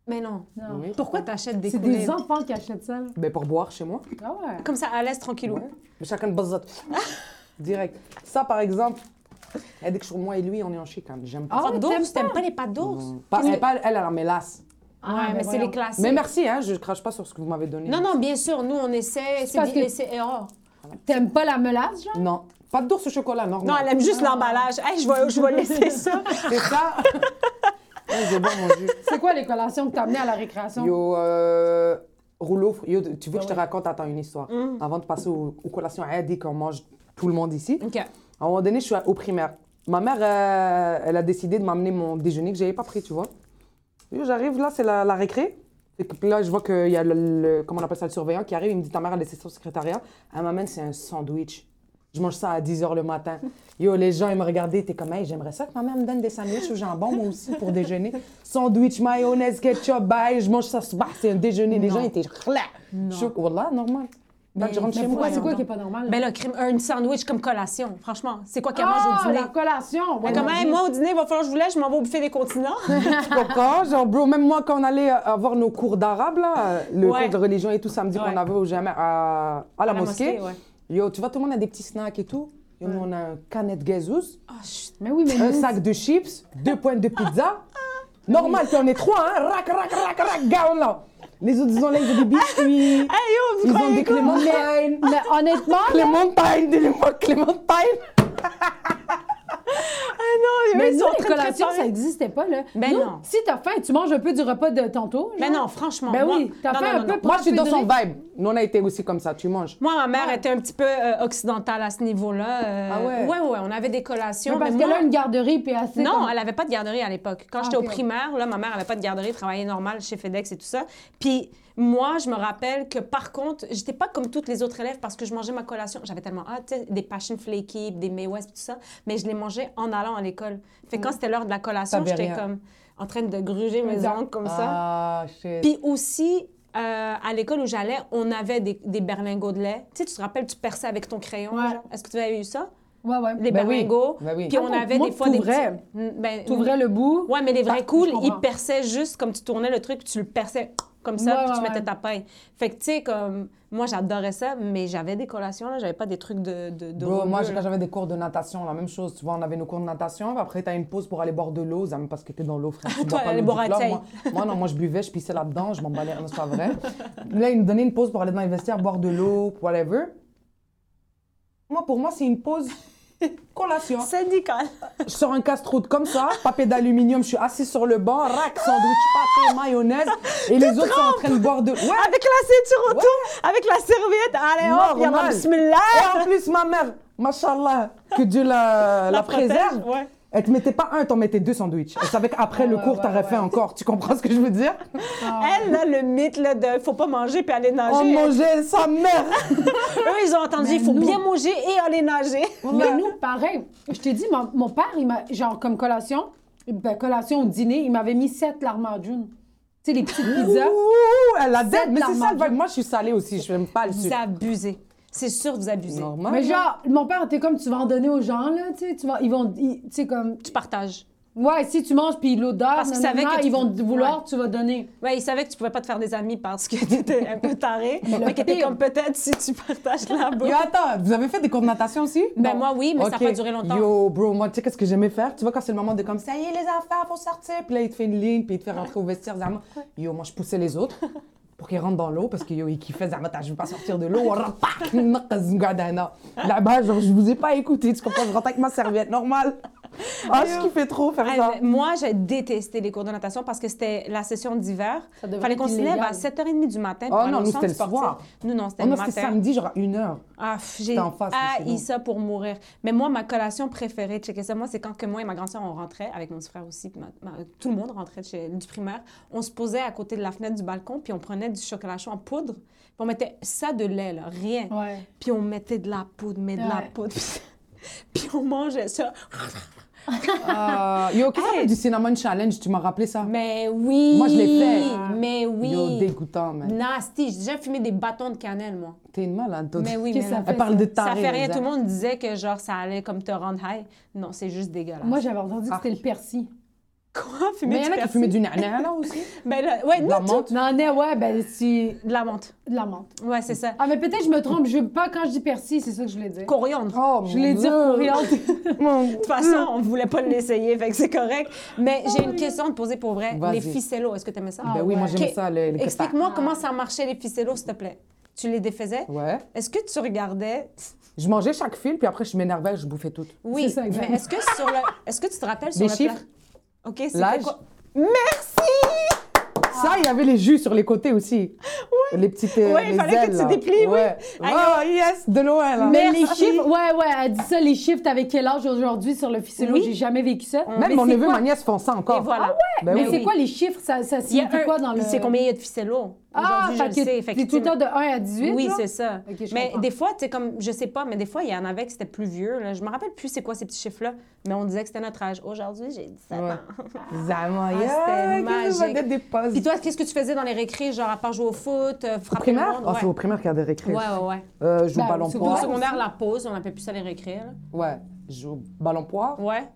S2: Mais non.
S1: Non.
S4: Oui.
S2: Pourquoi t'achètes des
S1: C'est
S2: coulées?
S1: des enfants qui achètent ça. là.
S4: Ben pour boire chez moi.
S1: Ah ouais.
S2: Comme ça, à l'aise, tranquillou.
S4: Ouais. Mais chacun de bazzat.
S2: *laughs*
S4: Direct. Ça, par exemple, elle dit que sur moi et lui, on est en chicane. J'aime pas.
S1: Ah
S2: Pâtes
S1: ouais,
S2: d'ours,
S1: t'aimes
S2: t'aimes pas les pâtes d'ours?
S4: Pas,
S2: Qu'est-ce
S4: elle, pas- elle, elle en mélasse.
S2: Ouais,
S1: Ah, ben
S2: mais c'est
S1: voyons.
S2: les classiques.
S4: Mais merci, hein, je crache pas sur ce que vous m'avez donné.
S2: Non, non, bien sûr, nous, on essaie, c'est
S1: parce
S2: dit-
S1: que-
S2: et c'est erreur.
S1: T'aimes pas la melasse, genre?
S4: Non. Pas d'ours au chocolat,
S2: Non,
S4: normal.
S2: elle aime juste l'emballage. Hey, je vais, je vais *laughs* laisser ça. *laughs*
S4: C'est ça. Ouais, J'ai bon mon jus.
S1: C'est quoi les collations que t'as amenées à la récréation?
S4: Yo, euh, rouleau, fr-
S2: Ah
S4: yo, tu veux que je te raconte, attends, une histoire.
S2: Mm.
S4: Avant de passer aux, aux collations Adi qu'on mange tout le monde ici.
S2: OK.
S4: À un moment donné, je suis à- au primaire. Ma mère, euh, elle a décidé de m'amener mon déjeuner que j'avais pas pris, tu vois. Yo, J'arrive là, c'est la, la récré. Et puis là, je vois qu'il y a le, le- comment on appelle ça, le surveillant qui arrive. Il me dit, ta mère a laissé ça au secrétariat. Elle m'amène, c'est un sandwich. Je mange ça à 10 h
S1: *laughs*
S4: le matin. Yo, les gens, ils me regardaient, t'es comme, hey, j'aimerais ça que ma mère me donne des sandwichs au jambon, moi aussi,
S1: *laughs*
S4: pour déjeuner. Sandwich, mayonnaise, ketchup, bye, je mange ça, ce soir, c'est un déjeuner. Les gens étaient, là. Je suis, Wallah, normal. Là, je rentre
S1: Mais
S4: chez moi.
S1: pourquoi, c'est quoi qui est pas normal?
S2: Ben là, crème, un sandwich comme collation, franchement. C'est quoi qu'elle mange
S1: ah,
S2: au dîner?
S1: la collation! Ouais,
S2: Comme,
S1: mon
S2: hey,
S1: Dieu.
S2: moi, au dîner, il va falloir que je vous laisse, je m'en vais au buffet des continents.
S4: Tu
S2: *laughs*
S4: comprends? hein, Genre, bro, même moi, quand on allait euh, avoir nos cours d'arabe, là, euh, le
S2: Ouais.
S4: cours de religion et tout, samedi
S2: Ouais.
S4: qu'on avait au jamais à, à
S2: la
S4: la, mosquée.
S2: mosquée, ouais.
S4: Yo, tu vois, tout le monde a des petits snacks et tout. Yo, nous, on a un
S2: *laughs*
S4: canette gazouz,
S2: Ah, chut.
S1: Mais oui, mais
S2: *laughs*
S4: un
S1: nous,
S4: sac de chips, deux pointes de pizza. Normal, puis on est trois, hein? Rac, rac, rac, rac, gaon, là. Les autres, ils ont là, ils ont
S2: *laughs*
S4: des
S2: Hey,
S4: biscuits.
S2: yo, Eh, vous
S4: Ils ont
S2: croyez
S4: des
S2: quoi?
S4: clémentines.
S1: Mais
S2: *laughs*
S1: honnêtement,
S4: Clémentine, dis-le-moi, clémentine.
S2: non,
S1: mais
S2: ils
S1: nous,
S2: sont en
S1: les
S2: train de
S1: collations,
S2: préparer.
S1: ça n'existait pas, là.
S2: Ben
S1: Nous,
S2: non.
S1: Si t'as faim, tu manges un peu du repas de tantôt.
S2: Ben
S1: genre.
S2: non, franchement.
S1: Ben
S2: moi-
S1: oui, t'as
S2: non,
S1: fait
S2: non,
S1: un
S2: non,
S1: peu
S2: non.
S1: pour
S4: Moi, je suis dans son
S1: fédérer.
S4: vibe. Nous, on a été aussi comme ça, tu manges.
S2: Moi, ma mère était un petit peu euh, occidentale à ce niveau-là. euh,
S4: Ah ouais?
S2: Ouais, ouais, on avait des collations.
S1: Mais parce
S2: mais
S1: qu'elle
S2: moi-
S1: a une garderie, puis assez.
S2: Non,
S1: comme-
S2: elle n'avait pas de garderie à l'époque. Quand j'étais
S1: ok,
S2: au
S1: ok.
S2: primaire, là, ma mère n'avait pas de garderie, elle travaillait normal chez FedEx et tout ça. Puis moi, je me rappelle que par contre, j'étais pas comme toutes les autres élèves parce que je mangeais ma collation. J'avais tellement hâte, tu sais, des passion flaky, des May West, tout ça, mais je les mangeais en allant à l'école. Fait que quand c'était l'heure de la collation,
S4: T'avais
S2: j'étais
S4: rien.
S2: comme en train de gruger mes ongles comme ça.
S4: Ah, shit.
S2: Puis aussi, euh, à l'école où j'allais, on avait des, des berlingots de lait. Tu sais, tu te rappelles, tu perçais avec ton crayon.
S1: Ouais.
S2: genre. Est-ce que tu avais eu ça?
S1: Ouais, ouais.
S2: Les
S4: Ben oui,
S2: berlingots.
S4: ben oui.
S2: Puis on
S1: Attends,
S2: avait
S1: moi,
S2: des fois des
S1: t'ouvrais.
S2: petits- Ben,
S1: T'ouvrais le bout.
S2: Ouais, mais les vrais
S1: Ah,
S2: cools,
S1: je comprends.
S2: ils perçaient juste comme tu tournais le truc, puis tu le perçais comme ça,
S1: Ouais,
S2: puis tu
S1: ouais,
S2: mettais
S1: ouais.
S2: ta paille. Fait que, tu sais, comme, moi, j'adorais ça, mais j'avais des collations, là, j'avais pas des trucs de. de, de
S4: Bro, moi,
S2: rouleux,
S4: quand
S2: là.
S4: j'avais des cours de natation, la même chose. Tu vois, on avait nos cours de natation. puis Après, t'as une pause pour aller boire de l'eau. Ça me parce que t'es dans l'eau, frère.
S2: *laughs*
S4: Tu bois
S2: Toi,
S4: pas
S2: aller
S4: l'eau
S2: boire
S4: du
S2: à
S4: club,
S2: Thaï.
S4: moi. Moi, non, moi, je buvais, je pissais là-dedans, je m'emballais. Non, c'est
S2: *laughs*
S4: pas vrai. Là, ils me donnaient une pause pour aller dans les vestiaires, boire de l'eau, whatever. Moi, pour moi, c'est une pause
S2: *laughs*
S4: Collation.
S2: Syndical.
S4: Je sors un casse-croûte comme ça, papier d'aluminium, je suis assis sur le banc, rack, sandwich, pâté, mayonnaise. Et les autres sont en train de boire de. Ouais,
S2: Avec la ceinture autour, avec la serviette. Allez, hop, il y a
S4: Normal.
S2: bismillah.
S4: Et en plus, ma mère, machallah, que Dieu la, la,
S2: protège,
S4: préserve,
S2: ouais.
S4: elle te mettait pas un, t'en mettais deux sandwichs. Elle savait qu'après le
S1: ouais,
S4: cours,
S1: ouais,
S4: t'aurais fait
S1: ouais.
S4: encore. Tu comprends ce que je veux dire
S2: Elle, là, le mythe là, de faut pas manger puis aller
S4: On
S2: nager.
S4: mangeait sa mère.
S2: Eux, ils ont entendu, il faut bien manger et aller nager.
S1: Mais nous, pareil. Je t'ai dit, mon, mon père, il m'a, genre, comme collation, ben, collation au dîner, il m'avait mis sept larmes en june. Tu sais, les petites pizzas.
S4: Ouh, elle a
S1: C'est
S4: dead. Mais
S1: de la
S4: c'est ça le
S1: mangeoire.
S4: vibe. Moi, je suis salée aussi. Je n'aime pas le
S2: *laughs* Vous
S4: sucre.
S2: abusez. C'est sûr, vous abusez.
S4: Normal.
S1: Mais genre, mon père était comme, tu vas en donner aux gens, là, tu sais, tu vas, ils vont, ils- tu sais, comme,
S2: Tu partages.
S1: ouais, si tu manges, puis l'odeur,
S2: Parce qu'ils
S1: nanana,
S2: savaient que tu-
S1: ils vont te vouloir, tu vas donner.
S2: Ouais, ils savaient que tu pouvais pas te faire des amis parce que *laughs* tu étais un peu taré.
S1: Mais le
S2: mais que t'es
S1: pire-
S2: comme peut-être si tu partages la
S4: Yo,
S2: bouffe.
S4: attends, vous avez fait des cours de natation aussi?
S2: Ben, moi, oui, mais ça a
S4: Ok.
S2: pas duré longtemps.
S4: Yo, bro, moi, tu sais, qu'est-ce que j'aimais faire? Tu vois, quand c'est le moment de comme ça y est, les affaires, faut sortir. Puis là, il te fait une ligne, puis il te fait rentrer au vestiaire. Zama. Yo, moi, je poussais les autres pour qu'ils rentrent dans l'eau parce que yo, ils kiffaient. Zama, t'as- je veux pas sortir de l'eau. Rapac, نقز, مقعد هنا. Là-bas, genre, je vous ai pas écouté. Tu comprends? Je rentre avec ma serviette, normal. Ah, je kiffais trop faire
S2: Ah,
S4: ça.
S2: mais Moi, j'ai détesté les cours de natation parce que c'était la session d'hiver.
S1: Ça devrait
S2: Fallait
S1: être
S2: qu'on se lève
S1: illégal.
S2: à 7h30 du matin
S4: Oh
S2: pour aller
S4: non,
S2: au
S4: nous,
S2: centre
S4: c'était le
S2: sportif.
S4: soir.
S2: Nous, non, c'était
S4: Oh
S2: le
S4: non,
S2: matin.
S4: c'était samedi, genre à une heure.
S2: Ah, pff, j'ai
S4: C'était en face, là, chez
S2: haï
S4: nous.
S2: ça pour mourir. Mais moi, ma collation préférée, checker ça, moi, c'est quand que moi et ma grand-sœur, on rentrait, avec mon petit frère aussi, puis ma- ma- tout le monde rentrait de chez, du primaire, on se posait à côté de la fenêtre du balcon, puis on prenait du chocolat chaud en poudre, puis on mettait ça de lait, là, rien.
S1: Ouais.
S2: Puis on mettait de la poudre, mais de la
S1: Ouais.
S2: poudre. *laughs* puis on mangeait ça.
S4: Euh, yo, qu'est-ce qu'on
S2: Ah. Hey.
S4: fait du cinnamon challenge? Tu m'as rappelé ça?
S2: Mais oui!
S4: Moi, je l'ai fait.
S2: Mais oui!
S4: Yo, dégoûtant, man.
S2: Nasty, j'ai déjà fumé des bâtons de cannelle, moi.
S4: T'es une malade, toi.
S2: Mais oui,
S1: Qu'est-ce
S2: mais
S1: que ça
S2: non.
S1: fait,
S4: Elle parle de
S2: Ça
S4: taré.
S2: fait rien,
S4: Zach.
S2: tout le monde disait que genre ça allait comme te rendre high. Non, c'est juste dégueulasse.
S1: Moi, j'avais entendu que c'était
S4: Ah.
S1: le persil.
S2: Quoi? Fumer
S4: Mais il y en a qui fumaient du nana là aussi.
S2: Ben là, ouais,
S4: De
S2: non,
S4: la
S2: tout-
S4: menthe.
S1: Non, mais ouais, ben, si.
S2: De la menthe.
S1: De la menthe.
S2: Ouais, c'est
S4: Mm.
S2: ça.
S1: Ah, mais peut-être je me trompe. Je veux pas quand je dis persil, c'est ça que je voulais dire.
S2: Coriandre.
S4: Oh, Eh
S1: Je voulais dire coriandre.
S2: De
S4: ben
S2: toute façon,
S4: Mm.
S2: on voulait pas l'essayer, fait que c'est correct. Mais j'ai une question à te poser pour vrai.
S4: Oh Vas-y.
S2: Les ficellos, est-ce que t'aimais ça?
S4: Ben oui, moi
S1: ouais.
S4: j'aime
S2: Ok.
S4: ça, le, le
S2: Explique-moi comment ça marchait, les ficellos, s'il te plaît. Tu les défaisais?
S4: kebab. Ouais.
S2: Est-ce que tu regardais?
S4: Je mangeais chaque fil, puis après je m'énervais, je bouffais tout.
S2: Oui,
S1: C'est ça, exact.
S2: mais est-ce que sur le... Est-ce que tu te rappelles sur
S4: Des
S2: le
S4: chiffres?
S2: plat- OK, c'est
S4: L'âge?
S2: quoi?
S4: Ça, il y avait les jus sur les côtés aussi. Les petites. euh,
S2: Ouais, il
S4: les
S2: fallait que
S4: ailes,
S2: tu
S4: là.
S2: déplies, oui.
S4: Ouais.
S2: Ah,
S4: Oh, yes, de Noël. hein. là.
S1: Mais les
S2: Merci.
S1: chiffres, ouais, ouais, elle dit ça, les chiffres avec quel âge aujourd'hui sur le ficello,
S2: Oui. Mm.
S1: j'ai jamais vécu ça.
S4: Même
S1: Mais
S4: mon
S1: c'est
S4: neveu,
S1: quoi-
S4: ma nièce font ça encore.
S2: Et voilà.
S4: Ben
S1: Mais
S4: oui.
S1: c'est
S2: oui.
S1: quoi les chiffres? Ça, ça
S2: Il y a
S1: signifie
S2: un-
S1: quoi dans le.
S2: C'est combien il y a de ficellos?
S1: Ah,
S2: Aujourd'hui,
S1: fait
S2: je le
S1: que
S2: sais,
S1: c'est tout le
S2: effectivement.
S1: temps de 1 à 18.
S2: Oui,
S1: là?
S2: c'est ça.
S1: Ok, je
S2: mais
S1: comprends.
S2: des fois, tu sais, comme, je sais pas, mais des fois, il y en avait qui c'était plus vieux. Là. Je me rappelle plus c'est quoi ces petits chiffres-là, mais on disait que c'était notre âge. Aujourd'hui, j'ai 17
S4: Ouais.
S2: ans.
S4: Zama,
S2: c'était
S4: yeah, qu'est-ce que
S2: magique.
S4: vous des pauses.
S2: Puis toi, qu'est-ce que tu faisais dans les récrés, genre à part jouer au foot, euh,
S4: Au
S2: frapper le
S4: primaire
S2: monde?
S4: Oh, c'est au
S2: Ouais.
S4: primaire qu'il y a des récré.
S2: ouais, ouais, Bah, ouais.
S4: Euh, je joue au
S1: Ben,
S4: ballon
S1: c'est au
S2: Au
S4: poire.
S2: secondaire, la pause, on appelle plus ça les récrés. là.
S4: Ouais, je joue au ballon poire.
S2: Ouais.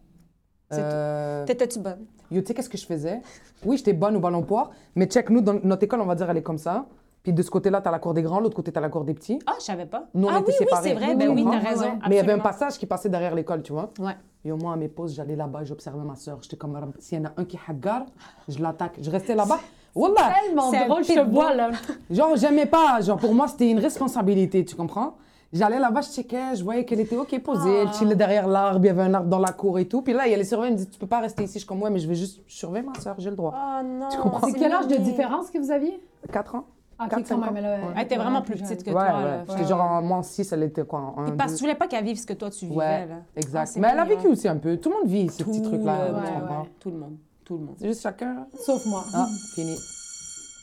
S2: C'est tout.
S4: Euh,
S2: T'étais-tu bonne?
S4: Yo, tu sais, qu'est-ce que je faisais? Oui, j'étais bonne au ballon poire, mais check, nous, dans notre école, on va dire, elle est comme ça. Puis de ce côté-là, t'as la cour des grands, l'autre côté, t'as la cour des petits.
S2: Ah, je savais pas.
S4: Nous, on
S2: ah
S4: était
S2: oui, oui,
S4: séparés.
S2: c'est vrai.
S4: Oui,
S2: Ben
S4: oui,
S2: oui,
S4: oui,
S2: t'as
S1: oui,
S2: raison.
S1: oui.
S4: Mais il y avait un
S2: absolument.
S4: passage qui passait derrière l'école, tu vois.
S2: Ouais.
S4: Yo, moi, à mes pauses, j'allais là-bas, j'observais ma soeur. J'étais comme, Rab, s'il y en a un qui haggar, je l'attaque. Je restais là-bas. Wallah!
S1: Tellement
S2: *laughs* C'est un
S1: drôle, je te
S2: pitbull.
S1: vois, là.
S4: Genre, j'aimais pas. Genre, pour moi, c'était une responsabilité, tu comprends? J'allais là-bas, je checkais, je voyais qu'elle était OK
S2: Ah.
S4: posée, elle chillait derrière l'arbre, il y avait un arbre dans la cour et tout. Puis là, il y a les surveillants, ils me disent, tu peux pas rester ici. Je suis comme, ouais, mais je vais juste surveiller ma soeur, j'ai le droit.
S2: Ah non.
S4: Tu comprends?
S1: C'est quel âge de
S2: mignon.
S1: différence que vous aviez?
S4: 4 ans.
S1: Ah,
S4: Quatre,
S1: ok, quand
S4: cinq
S1: même,
S4: ans.
S1: elle a-
S4: Ouais.
S1: elle
S2: Elle était
S1: a
S2: vraiment
S1: plus
S2: plus
S1: jeune.
S2: petite que
S4: ouais,
S2: toi.
S4: ouais.
S2: là.
S4: J'étais genre en moins 6, elle était quoi en un,
S2: Parce que
S4: deux.
S2: tu voulais pas qu'elle vive ce que toi tu vivais.
S4: Ouais,
S2: là. Ah,
S4: exact.
S2: c'est
S4: mais elle a
S2: mignon.
S4: vécu aussi un peu. Tout le monde vit ces petits
S2: Tout le
S4: trucs-là. tu
S1: monde.
S4: comprends?
S2: Tout le monde. Tout le monde.
S4: C'est juste chacun.
S1: Sauf moi.
S2: *laughs*
S4: Ah, fini.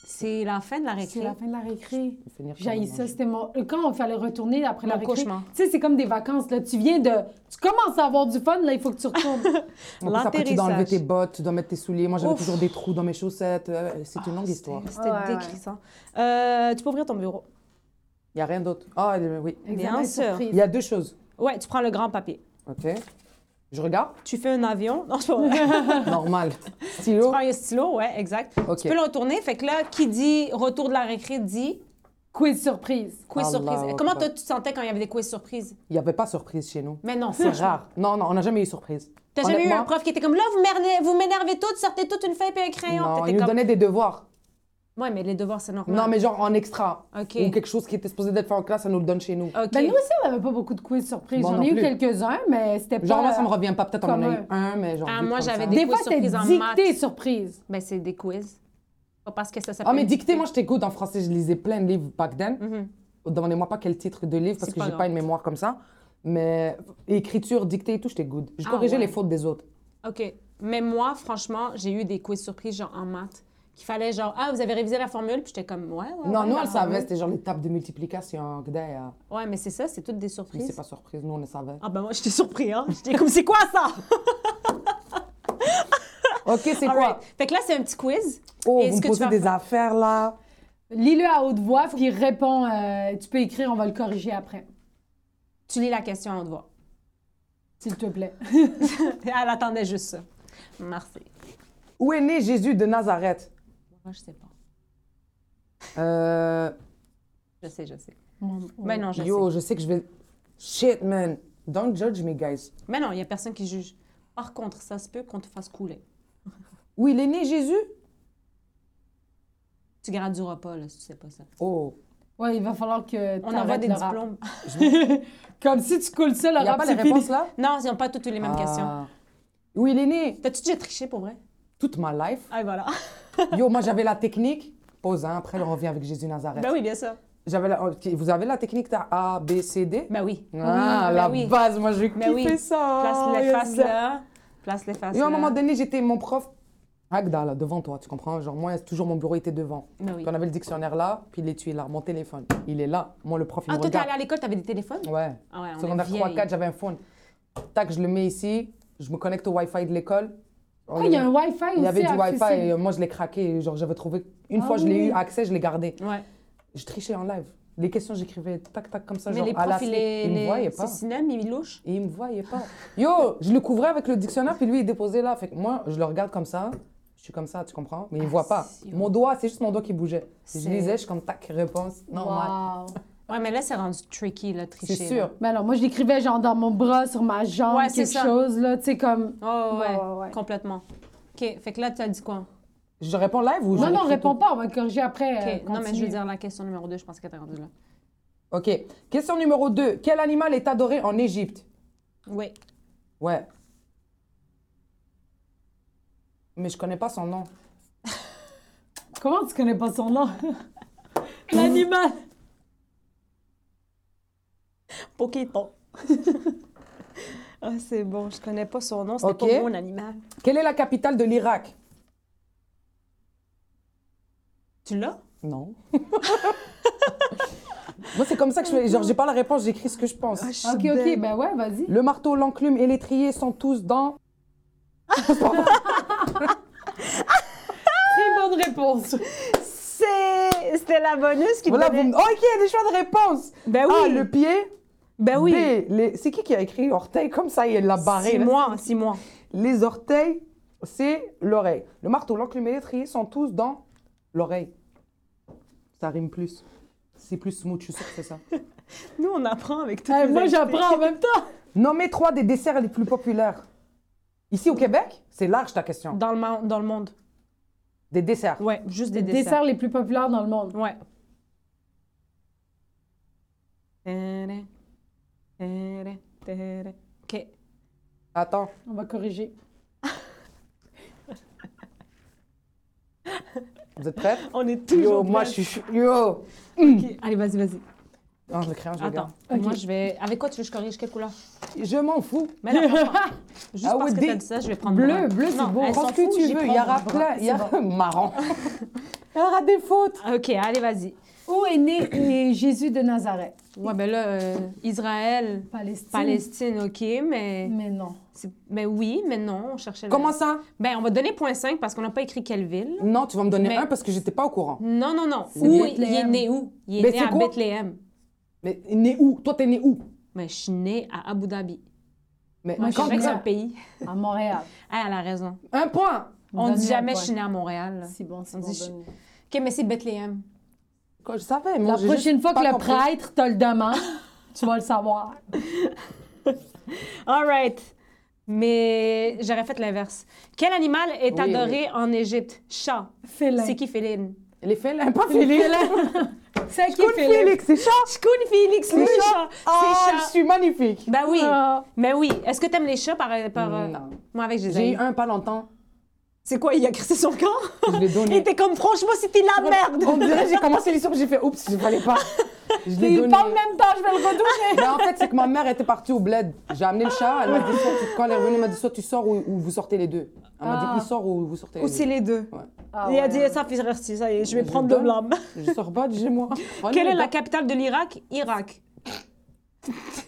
S2: C'est la fin de la
S1: C'est
S2: récré.
S1: la fin de la récré.
S4: Finir comme
S1: J'ai
S4: on
S1: ça,
S4: mange.
S1: c'était mon... Quand on fallait retourner après la
S2: Mon
S1: récré, tu
S2: cauchemar.
S1: sais, c'est comme des vacances, là. Tu viens de... Tu commences à avoir du fun, là, il faut que tu
S2: *laughs*
S1: retournes.
S4: En plus, après, tu dois enlever
S2: L'atterrissage.
S4: tes bottes, tu dois mettre tes souliers. Moi, j'avais
S2: Ouf. Ah,
S4: toujours des trous dans mes chaussettes. Euh, C'est une longue histoire.
S2: C'était
S1: Ouais, ouais.
S2: décrissant. Euh, tu peux ouvrir ton bureau.
S4: Il n'y a rien d'autre. Ah, euh, oui.
S1: Examen
S2: sûr.
S1: surprise.
S4: Il y a deux choses.
S2: Ouais, tu prends le grand papier.
S4: OK. Je
S2: *laughs*
S4: regarde.
S2: Tu fais un avion. Non, c'est pas vrai.
S4: *laughs*
S2: tu
S4: Normal. Stylo.
S2: prends un stylo, ouais, exact.
S4: OK.
S2: Tu peux le retourner. Fait que là, qui dit retour de la récré dit
S1: Quiz surprise.
S2: quiz
S4: Allah
S2: surprise.
S4: Akbar.
S2: Comment toi, tu te sentais quand il y avait des quiz surprises?
S4: Il n'y avait pas surprise chez nous.
S2: Mais non,
S4: C'est rare. Non, non, on n'a jamais eu surprise.
S2: T'as jamais eu
S4: Honnêtement,
S2: un prof qui était comme là, vous m'énervez, vous m'énervez toutes, sortez toutes une feuille et un crayon.
S4: Non,
S2: T'étais
S4: il nous
S2: comme,
S4: donnait des devoirs.
S2: Ouais, mais les devoirs, c'est normal.
S4: Non, mais genre en extra.
S2: OK.
S4: Ou quelque chose qui était supposé d'être fait en classe, elle nous le donne chez nous.
S2: OK.
S1: Ben, nous aussi, on n'avait pas beaucoup de quiz surprises.
S4: Moi
S1: J'en
S4: non
S1: ai eu
S4: plus.
S1: quelques-uns, mais c'était pas.
S4: Genre là, ça me revient pas. Peut-être on en a eu
S1: comme
S4: un, mais genre.
S2: Ah,
S4: vite
S2: moi,
S4: comme
S2: j'avais
S4: ça.
S2: des-
S1: Des
S2: quiz
S1: fois, c'était
S2: surprises en
S1: dicté
S2: maths.
S1: surprise.
S2: Ben, c'est des quiz. Pas parce que ça s'appelle.
S4: Ah, mais dictée, moi, je t'écoute. En français, je lisais plein de livres back then.
S2: Mhm.
S4: Demandez-moi pas quel titre de livre parce
S2: C'est
S4: que
S2: pas
S4: j'ai
S2: grave.
S4: pas une mémoire comme ça. Mais écriture, dictée et tout, j'étais good. Je
S2: Ah,
S4: corrigeais
S2: ouais.
S4: les fautes des autres.
S2: OK. Mais moi, franchement, j'ai eu des quiz surprises, genre en maths, qu'il fallait, genre, ah, vous avez révisé la formule, puis j'étais comme, ouais, ouais. Ah,
S4: non,
S2: ouais,
S4: nous,
S2: la
S4: on le savait,
S2: formule.
S4: c'était genre les tables de multiplication. gdaï, euh,
S2: Ouais, mais c'est ça, c'est toutes des
S4: Mais c'est
S2: surprises.
S4: pas surprise, nous, on le savait.
S2: Ah, ben, moi, j'étais surpris, hein. J'étais comme, c'est quoi ça?
S4: OK, *laughs* c'est
S2: Ah, All
S4: quoi?
S2: right. Fait que là, c'est un petit quiz.
S4: Oh,
S2: Est-ce
S4: vous me
S2: que tu
S4: posez
S2: vas-
S4: des affaires, là.
S1: Lis-le à haute voix, puis réponds. euh, tu peux écrire, on va le corriger après,
S2: Tu lis la question en voix.
S1: s'il te
S4: *laughs*
S1: plaît.
S2: *laughs* Elle attendait juste ça. Merci.
S4: Où est né Jésus de Nazareth?
S2: Moi, je sais pas.
S4: Euh,
S2: Je sais, je sais.
S1: Mais
S2: Ben non, je
S4: yo, je sais que je vais... Shit, man. Don't judge me, guys.
S2: sais. Mais non, il y a personne qui juge. Par contre, ça se peut qu'on te fasse couler.
S4: Où il est né Jésus?
S2: Tu gradueras pas, là, si tu sais pas ça.
S4: Oh.
S1: Ouais, il va falloir que.
S2: On envoie
S1: t'arrêtes
S2: des
S1: le rap.
S2: diplômes.
S1: Comme si tu coules ça, le
S4: Il n'y a
S1: rap,
S4: pas les
S1: c'est fini.
S4: réponses, là?
S2: Non, ils n'ont pas toutes les mêmes questions.
S4: Ah. Où il est né?
S2: T'as-tu déjà triché pour vrai?
S4: Toute ma
S2: *laughs*
S4: life.
S2: Ah, voilà.
S4: Yo, moi, j'avais la technique. Pause, hein. Après, on revient avec Jésus Nazareth.
S2: Ben oui, bien sûr.
S4: J'avais la- ok, Vous avez la technique t'as A, B, C, D?
S2: Ben oui.
S4: Ah,
S2: Oui, ben
S4: la
S2: oui.
S4: base, moi, je vais
S2: Ben oui.
S4: kiffer ça.
S2: Place les
S4: Yes.
S2: faces là. Place les faces
S4: Yo, à
S2: là.
S4: un moment donné, j'étais mon prof. Agda, là, devant toi, tu comprends? Genre, moi, toujours mon bureau était devant.
S2: Ben oui.
S4: Puis on avait le dictionnaire là, puis il est tué là, mon téléphone. Il est là. Moi, le prof, il
S2: Ah,
S4: me
S2: toi, t'es allé
S4: regarde.
S2: à l'école, t'avais des téléphones?
S4: Ouais.
S2: Ah ouais, on
S4: Secondaire
S2: est
S4: 3,
S2: vieille.
S4: 4, j'avais un phone. Tac, je le mets ici, je me connecte au Wi-Fi de l'école.
S1: Ah, il y a un Wi-Fi aussi.
S4: Il y avait du Wi-Fi
S1: accessible.
S4: et euh, moi, je l'ai craqué. Genre, j'avais trouvé. Une
S1: Ah
S4: fois, je l'ai
S1: oui.
S4: eu accès, je l'ai gardé.
S2: Ouais.
S4: Je trichais en live. Les questions, j'écrivais tac, tac, comme ça.
S2: Mais
S4: genre,
S2: les
S4: à la
S2: profs, il
S4: slip.
S2: est.
S4: Il me voyait
S2: C'est
S4: pas.
S2: Sinem, il louche.
S4: Et il me voyait pas. Yo, je le couvrais avec le dictionnaire, puis lui, il déposait là. Fait que moi, je le regarde comme ça. Je suis comme ça, tu comprends? Mais il voit pas.
S2: si, ouais.
S4: Mon doigt, c'est juste mon doigt qui bougeait. Je
S2: C'est-
S4: lisais, je suis comme tac, réponse. Normal.
S1: Wow.
S2: Ouais, mais là, c'est rendu tricky, là, tricher.
S4: C'est
S2: là.
S4: sûr.
S1: Mais alors, moi, je l'écrivais genre dans mon bras, sur ma jambe,
S2: Ouais, c'est
S1: quelque
S2: ça.
S1: chose, là, tu sais, comme.
S2: Oh, ouais,
S1: Ouais, ouais, ouais.
S2: complètement. OK, fait que là, tu as dit quoi?
S4: Je réponds live ou je.
S1: Non, non,
S4: l'écris
S1: réponds
S4: tout
S1: pas, on va le corriger après.
S2: OK,
S1: euh,
S2: non, mais je
S1: continue.
S2: veux dire la question numéro 2, je pense que t'es rendu là.
S4: Ok. Question numéro 2. Quel animal est adoré en Égypte?
S2: Oui.
S4: Ouais. Mais je connais pas son nom.
S1: Comment tu connais pas son nom? L'animal!
S2: Pokéton. *laughs* Ah, c'est bon, je connais pas son nom,
S4: c'était
S2: c'était
S4: pas OK.
S2: pas
S4: mon
S2: mon animal.
S4: Quelle est la capitale de l'Irak?
S2: Tu l'as?
S4: Non. *laughs* Moi, c'est comme ça que je fais. Genre, j'ai pas la réponse, j'écris ce que je
S2: Ah,
S4: pense.
S1: *laughs* Ok, ok, ben ouais, vas-y.
S4: Le marteau, l'enclume et l'étrier sont tous dans.
S1: Très bonne réponse.
S2: C'est... C'était la bonus qui
S4: Voilà,
S2: te
S4: vous me- Ok, il y a des choix de réponse.
S2: Ben oui,
S4: A, le pied.
S2: ben oui.
S4: B, les- c'est qui qui a écrit orteil comme ça Il l'a barré.
S2: six
S4: là.
S2: mois, six mois.
S4: Les orteils, c'est l'oreille. Le marteau, l'enclume et l'étrier sont tous dans l'oreille. Ça rime plus. C'est plus smooth, je suis sûre que c'est ça.
S2: Nous, on apprend avec tout.
S1: Eh, moi, j'apprends en même temps.
S4: Nommez trois des desserts les plus populaires. Ici au Québec, c'est large ta question.
S2: Dans le, mon- dans le monde.
S4: Des desserts.
S2: Ouais, juste des
S1: Les
S2: desserts.
S1: desserts les plus populaires dans le monde.
S2: Ouais. Tadam, tadam, tadam. OK.
S4: Attends.
S1: On va corriger.
S4: Vous êtes prêts
S2: On est *laughs*
S4: Yo,
S2: toujours
S4: moi je
S2: prêts.
S4: suis. chou- Yo
S2: Ok, Allez, vas-y, vas-y.
S4: Non, le crayon, je
S2: Attends,
S4: regarde.
S1: Ok.
S2: moi je vais... Avec quoi tu veux que je corrige? Quelle *laughs* couleur?
S4: Je m'en fous.
S2: Mais non, juste
S4: Ah,
S2: parce
S4: ouais,
S2: que
S4: des-
S2: t'as dit ça, je vais prendre
S1: Bleu,
S2: brun.
S1: bleu, c'est
S2: Non,
S1: beau.
S2: elle
S4: Prends
S2: s'en
S4: ce que
S2: fout,
S4: tu
S2: j'y
S4: veux. Il
S2: prends
S4: y
S2: brun,
S4: aura
S2: brun,
S4: plein. Il y
S2: c'est *laughs*
S4: aura *laughs* marrant. Il y aura des fautes.
S2: bon. OK, allez, vas-y.
S1: Où est né euh, Jésus de Nazareth?
S2: Ouais, ben là, euh, Israël,
S1: Palestine.
S2: Palestine, OK, mais...
S1: Mais non.
S2: c'est- Mais oui, mais non, on cherchait... la-
S4: Comment ça
S2: Ben, on va donner point 5 parce qu'on n'a pas écrit quelle ville.
S4: Non, tu vas me donner
S2: Mais-
S4: un parce que j'étais pas au courant.
S2: Non, non, non.
S1: C'est
S2: Où il est
S1: Bethléem.
S2: né où? Il est
S4: Mais
S2: né
S4: Ben, c'est
S2: à
S4: quoi?
S2: Bethléem.
S4: Mais né où Toi, t'es né où
S2: Mais je suis née à Abu Dhabi.
S4: Mais
S1: Moi, je
S4: quand
S1: suis
S2: Québec,
S1: née
S2: c'est
S1: à-
S2: un pays.
S1: À Montréal.
S2: Ah, elle a raison.
S4: Un point
S2: On
S1: Donne-lui
S2: dit jamais
S1: un
S2: je
S1: point.
S2: suis née à Montréal.
S1: C'est bon, c'est
S2: On
S1: bon. ben
S2: dit-
S1: donne-lui.
S2: OK, mais c'est Bethléem.
S4: Quoi, Je savais. moi,
S1: La
S4: j'ai juste
S1: prochaine fois que
S4: pas
S1: le
S4: compris.
S1: prêtre te le demande, tu vas le savoir.
S2: All right. Mais j'aurais fait l'inverse. Quel animal est
S4: Oui,
S2: adoré en Égypte? Chat.
S1: Félin.
S2: C'est qui, Féline?
S4: Les félins, *laughs* pas Félix.
S1: C'est qui
S4: Cool Félix, c'est chat.
S2: Shkoun Félix, les
S4: Oui.
S2: chats!
S4: Ah,
S2: c'est
S4: je
S2: chat!
S4: suis magnifique.
S2: Ben oui,
S1: Ah.
S2: mais oui. Est-ce que t'aimes les chats par... par euh,
S4: Non.
S2: Moi, avec, j'ai
S4: J'ai
S2: des
S4: eu un pas longtemps.
S2: C'est quoi, il a crissé son camp?
S4: Je
S2: *laughs*
S4: l'ai
S2: Il
S4: donné.
S2: était comme, franchement, c'était la merde!
S4: On dirait j'ai commencé l'histoire, j'ai fait oups, je
S2: *laughs*
S4: fallait pas. Je l'ai
S1: Il
S4: donné.
S1: parle même pas, je vais le retourner.
S4: Mais Ben, en fait, c'est que ma mère était partie au bled. J'ai amené le chat. Elle m'a dit soit tu- quand elle est revenue, elle m'a dit soit tu sors ou, ou vous sortez les deux. Elle m'a
S1: Ah.
S4: dit il sort ou vous sortez les
S2: Ou c'est les deux?
S1: Ah
S2: il a
S1: ouais.
S2: dit, ça fait rester, ça y est, je vais
S4: Je
S2: prendre le
S4: donne.
S2: blâme.
S4: deux. Je sors pas, de chez moi. Prenez
S2: *laughs* Quelle
S4: les
S2: est la
S4: gars.
S2: capitale de l'Irak? Irak.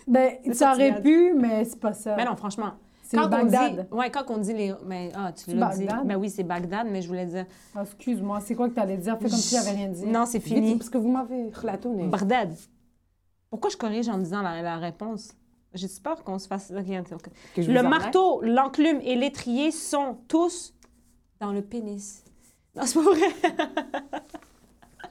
S1: Ben, ça aurait
S2: Portugal.
S1: pu, mais c'est pas ça.
S2: Mais non, franchement.
S1: C'est Bagdad.
S2: On dit, ouais, quand on dit les... Mais, ah, tu
S1: C'est
S2: l'as dit.
S1: Bagdad?
S2: Ben oui, c'est Bagdad, mais je voulais dire...
S1: Ah, Excuse-moi, c'est quoi que t'allais dire? Fais comme si j'avais rien dit.
S2: Non, c'est
S4: Vite,
S2: fini. Bah,
S4: parce que vous m'avez chlatoné.
S2: Bagdad. Pourquoi je corrige en disant la, la réponse? J'ai peur qu'on se fasse rien. ok.
S4: Que je vous
S2: Le
S4: arnaque.
S2: marteau, l'enclume et l'étrier sont tous dans le pénis. Non, c'est pas vrai.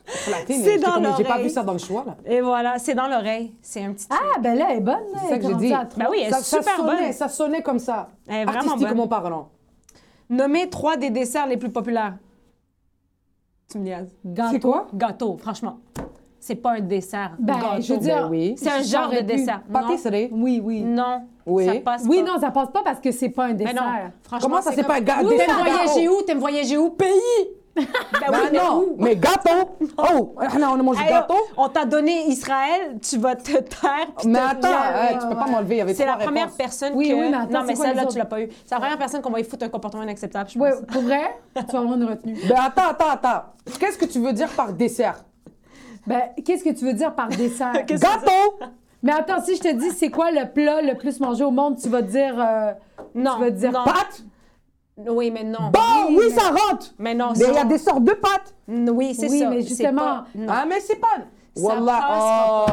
S4: Chlatoné.
S2: c'est
S4: J'étais
S2: dans
S4: comme, J'ai pas
S2: l'oreille.
S4: vu ça dans le choix là.
S2: Et voilà, c'est dans l'oreille. C'est un petit.
S1: Ah, ben là, elle est bonne. là,
S4: C'est
S1: elle
S4: ça que j'ai
S1: grandit
S4: dit.
S1: à trois.
S2: Ben oui, elle est
S4: Ça, ça
S2: super
S4: sonnait,
S2: bonne.
S4: ça sonnait comme ça.
S2: Elle est vraiment bonne.
S4: Artistiquement parlant.
S2: Nommez trois des desserts les plus populaires. Tu me liases.
S1: Gâteau.
S4: C'est quoi
S2: Gâteau, franchement. C'est pas un dessert.
S1: Ben,
S2: Gâteau.
S1: je veux dire,
S4: Ben oui.
S2: C'est un genre de
S1: j'aurais pu.
S2: dessert. Non.
S4: Pâtisserie.
S1: Oui, oui.
S2: Non.
S4: Oui.
S2: Ça passe
S1: Mm. Oui,
S2: pas.
S1: non, ça passe pas parce que c'est pas un
S2: Mais
S1: dessert.
S2: non. Franchement,
S4: Comment ça c'est
S2: comme-
S4: pas un gâteau
S2: Oui, T'aimes
S4: Gâteau.
S2: voyager où? T'aimes voyager où? Pays! Ben oui,
S4: Ben
S2: mais
S4: non,
S2: où? *laughs*
S4: mais gâteau. Oh, on mange
S2: Hey,
S4: gâteau.
S2: on t'a donné Israël, tu vas te taire. puis
S4: Mais
S2: te-
S4: attends,
S1: ouais,
S4: hey, tu peux
S1: ouais,
S4: pas
S1: ouais.
S4: m'enlever, il y avait
S2: C'est la
S4: trois
S2: première
S4: réponses.
S2: personne
S1: Oui,
S2: que...
S1: oui, mais attends,
S2: non, mais
S1: c'est quoi
S2: celle-là,
S1: les
S2: tu l'as pas eu. C'est la première personne qu'on va y foutre un comportement inacceptable, je
S1: Ouais,
S2: pense.
S1: pour vrai, tu vas avoir une retenue.
S4: Ben attends, attends, attends. Qu'est-ce que tu veux dire par dessert
S1: Ben, qu'est-ce que tu veux dire par dessert?
S2: Qu'est-ce que
S4: Gâteau
S1: mais attends, si je te dis c'est quoi le plat le plus mangé au monde, tu vas dire. euh,
S2: Non,
S1: tu vas dire
S2: non.
S4: Pâtes
S2: Oui, mais non.
S4: Bon, oui, ça rentre
S2: Mais non,
S4: Mais il y a
S2: c'est-
S4: des sortes de pâtes
S2: Oui, c'est
S1: Oui,
S2: ça.
S1: mais
S2: c'est
S1: justement,
S2: pas- non.
S4: Ah, mais c'est pas...
S2: passe
S4: Wallah,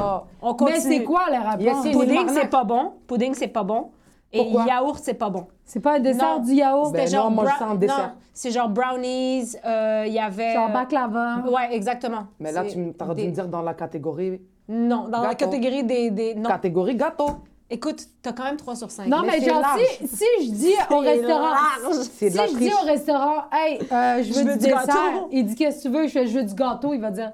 S4: oh.
S2: On
S1: Mais
S2: continue.
S1: c'est quoi la réponse?
S4: Yes, une
S2: Pudding,
S4: arnaque.
S2: c'est pas bon. Pudding, c'est pas bon. Et
S4: Pourquoi?
S2: yaourt, c'est pas bon.
S1: C'est pas un dessert
S2: Non.
S1: du yaourt,
S4: Ben
S2: C'était
S4: non, on mange
S2: brou-
S4: ça en dessert.
S2: non, c'est genre brownies, euh, il y avait...
S1: c'est un baklava.
S2: euh, Ouais, exactement.
S4: Mais là,
S2: C'est
S4: tu t'aurais dû
S2: des-
S4: me dire dans la catégorie...
S2: Non, dans la
S4: Gâteau.
S2: catégorie des... des... Non,
S4: Catégorie gâteau
S2: écoute, t'as quand même 3 sur 5.
S1: Non,
S4: Mais
S1: mais
S4: c'est
S1: genre,
S4: large.
S1: si, si je dis au restaurant. Si
S4: C'est de la
S1: je dis
S4: triche.
S1: au restaurant, hey, euh, je veux du,
S2: du
S1: dessert,
S2: gâteau.
S1: il dit qu'est-ce que tu veux, je fais je veux du gâteau, il va dire,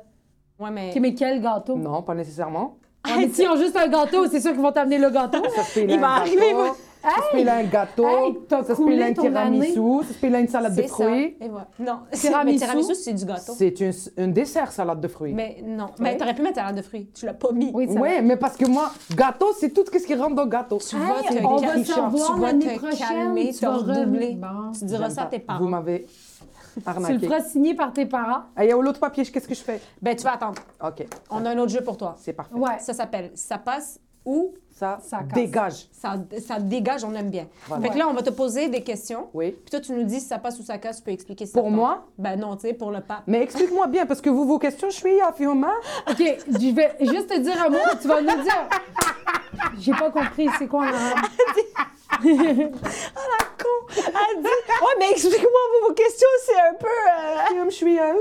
S2: Ouais, mais...
S1: OK, mais quel gâteau?
S4: Non, pas nécessairement.
S1: Ah, mais s'ils ont juste un gâteau, c'est sûr qu'ils vont t'amener le gâteau.
S4: Ça se fait, il, a
S2: Il va
S4: un
S2: arriver,
S4: gâteau.
S2: moi.
S4: Ça se fait, il a un gâteau.
S1: Hey, Oh, t'as
S4: ça se fait,
S1: coulé
S4: il a un
S1: ton
S4: tiramisu. Ça se fait, il a une salade de
S2: C'est ça.
S4: fruits.
S2: Et voilà. Non, *laughs*
S1: Tiramisu.
S2: mais tiramisu, c'est du gâteau.
S4: C'est une- un dessert, salade de fruits.
S2: Mais non, mais t'aurais pu mettre salade de fruits. Tu l'as pas mis.
S1: Oui, ça
S4: Ouais, mais parce que moi, gâteau, c'est tout ce qui rentre dans gâteau.
S2: Tu vas
S1: Hey,
S2: te
S1: on va
S2: calmer.
S1: savoir
S2: tu vas
S1: l'année
S2: te
S1: prochaine,
S2: calmer,
S1: tu
S2: tu vas
S1: vas
S2: redoubler.
S1: revenir. Bon.
S2: Tu diras ça à tes
S4: Vous
S1: *laughs*
S2: parents.
S4: m'avez
S1: va. Tu le
S4: arnaqué. Ah,
S1: feras signer par tes parents.
S4: Hey, yo, l'autre papier, qu'est-ce que je fais
S2: Ben, tu vas attendre.
S4: Ok,
S2: On a un autre jeu pour toi.
S4: c'est parfait.
S1: Ouais.
S2: Ça s'appelle Ça passe ou
S4: Ça,
S1: Ça casse.
S4: dégage.
S2: ça, ça dégage, on aime bien.
S4: Voilà.
S2: Fait que là, on va te poser des questions.
S4: Oui.
S2: Puis toi, tu nous dis si ça passe ou ça casse. Tu peux expliquer ça.
S4: Pour moi?
S2: Ben non, tu sais, pour le *laughs* pape.
S4: Mais explique-moi bien, parce que vous, vos questions, je suis à Fioma.
S1: OK, je vais juste te dire un mot, tu vas nous dire. J'ai pas compris, c'est quoi un arabe?
S2: Con! Elle dit, ouais, mais explique-moi vos, vos questions, c'est un peu. euh,
S4: Je suis à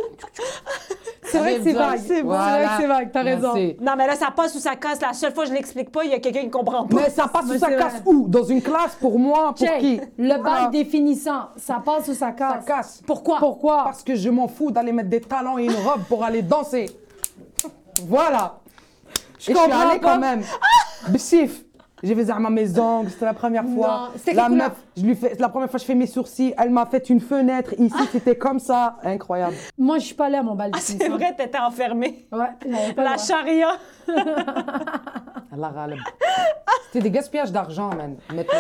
S1: C'est vrai que c'est vague.
S4: Voilà.
S1: C'est vrai que c'est vague, t'as raison.
S4: Merci.
S2: Non, mais là, ça passe ou ça casse. La seule fois que je l'explique pas, il y a quelqu'un qui comprend pas.
S4: Mais ça passe ou
S1: Mais
S4: ça
S1: c'est vrai.
S4: casse où Dans une classe, pour moi, pour
S1: Check.
S4: qui
S1: Le
S4: Voilà.
S1: bail définissant, ça passe ou ça
S4: Ah. Ça
S1: casse?
S4: casse.
S2: Pourquoi?
S1: Pourquoi?
S4: Parce que je m'en fous d'aller mettre des talons et une robe pour aller danser. Voilà. Je et je suis
S1: comprends
S4: allée
S1: pas. Ah
S4: quand même. Bessif. J'ai fait ça à ma maison, c'était la première fois.
S2: Non, c'était
S4: la
S2: quelle couleur
S4: meuf, je lui fais, c'est la première fois que je fais mes sourcils, elle m'a fait une fenêtre ici, c'était comme ça, incroyable.
S1: Moi, je suis pas là à mon bal
S2: Ah, *laughs* c'est
S1: définissant.
S2: vrai, t'étais enfermée.
S1: Ouais, j'avais pas
S2: La
S1: la
S2: charia.
S4: La râle. C'était des gaspillages d'argent, man. Mettre les-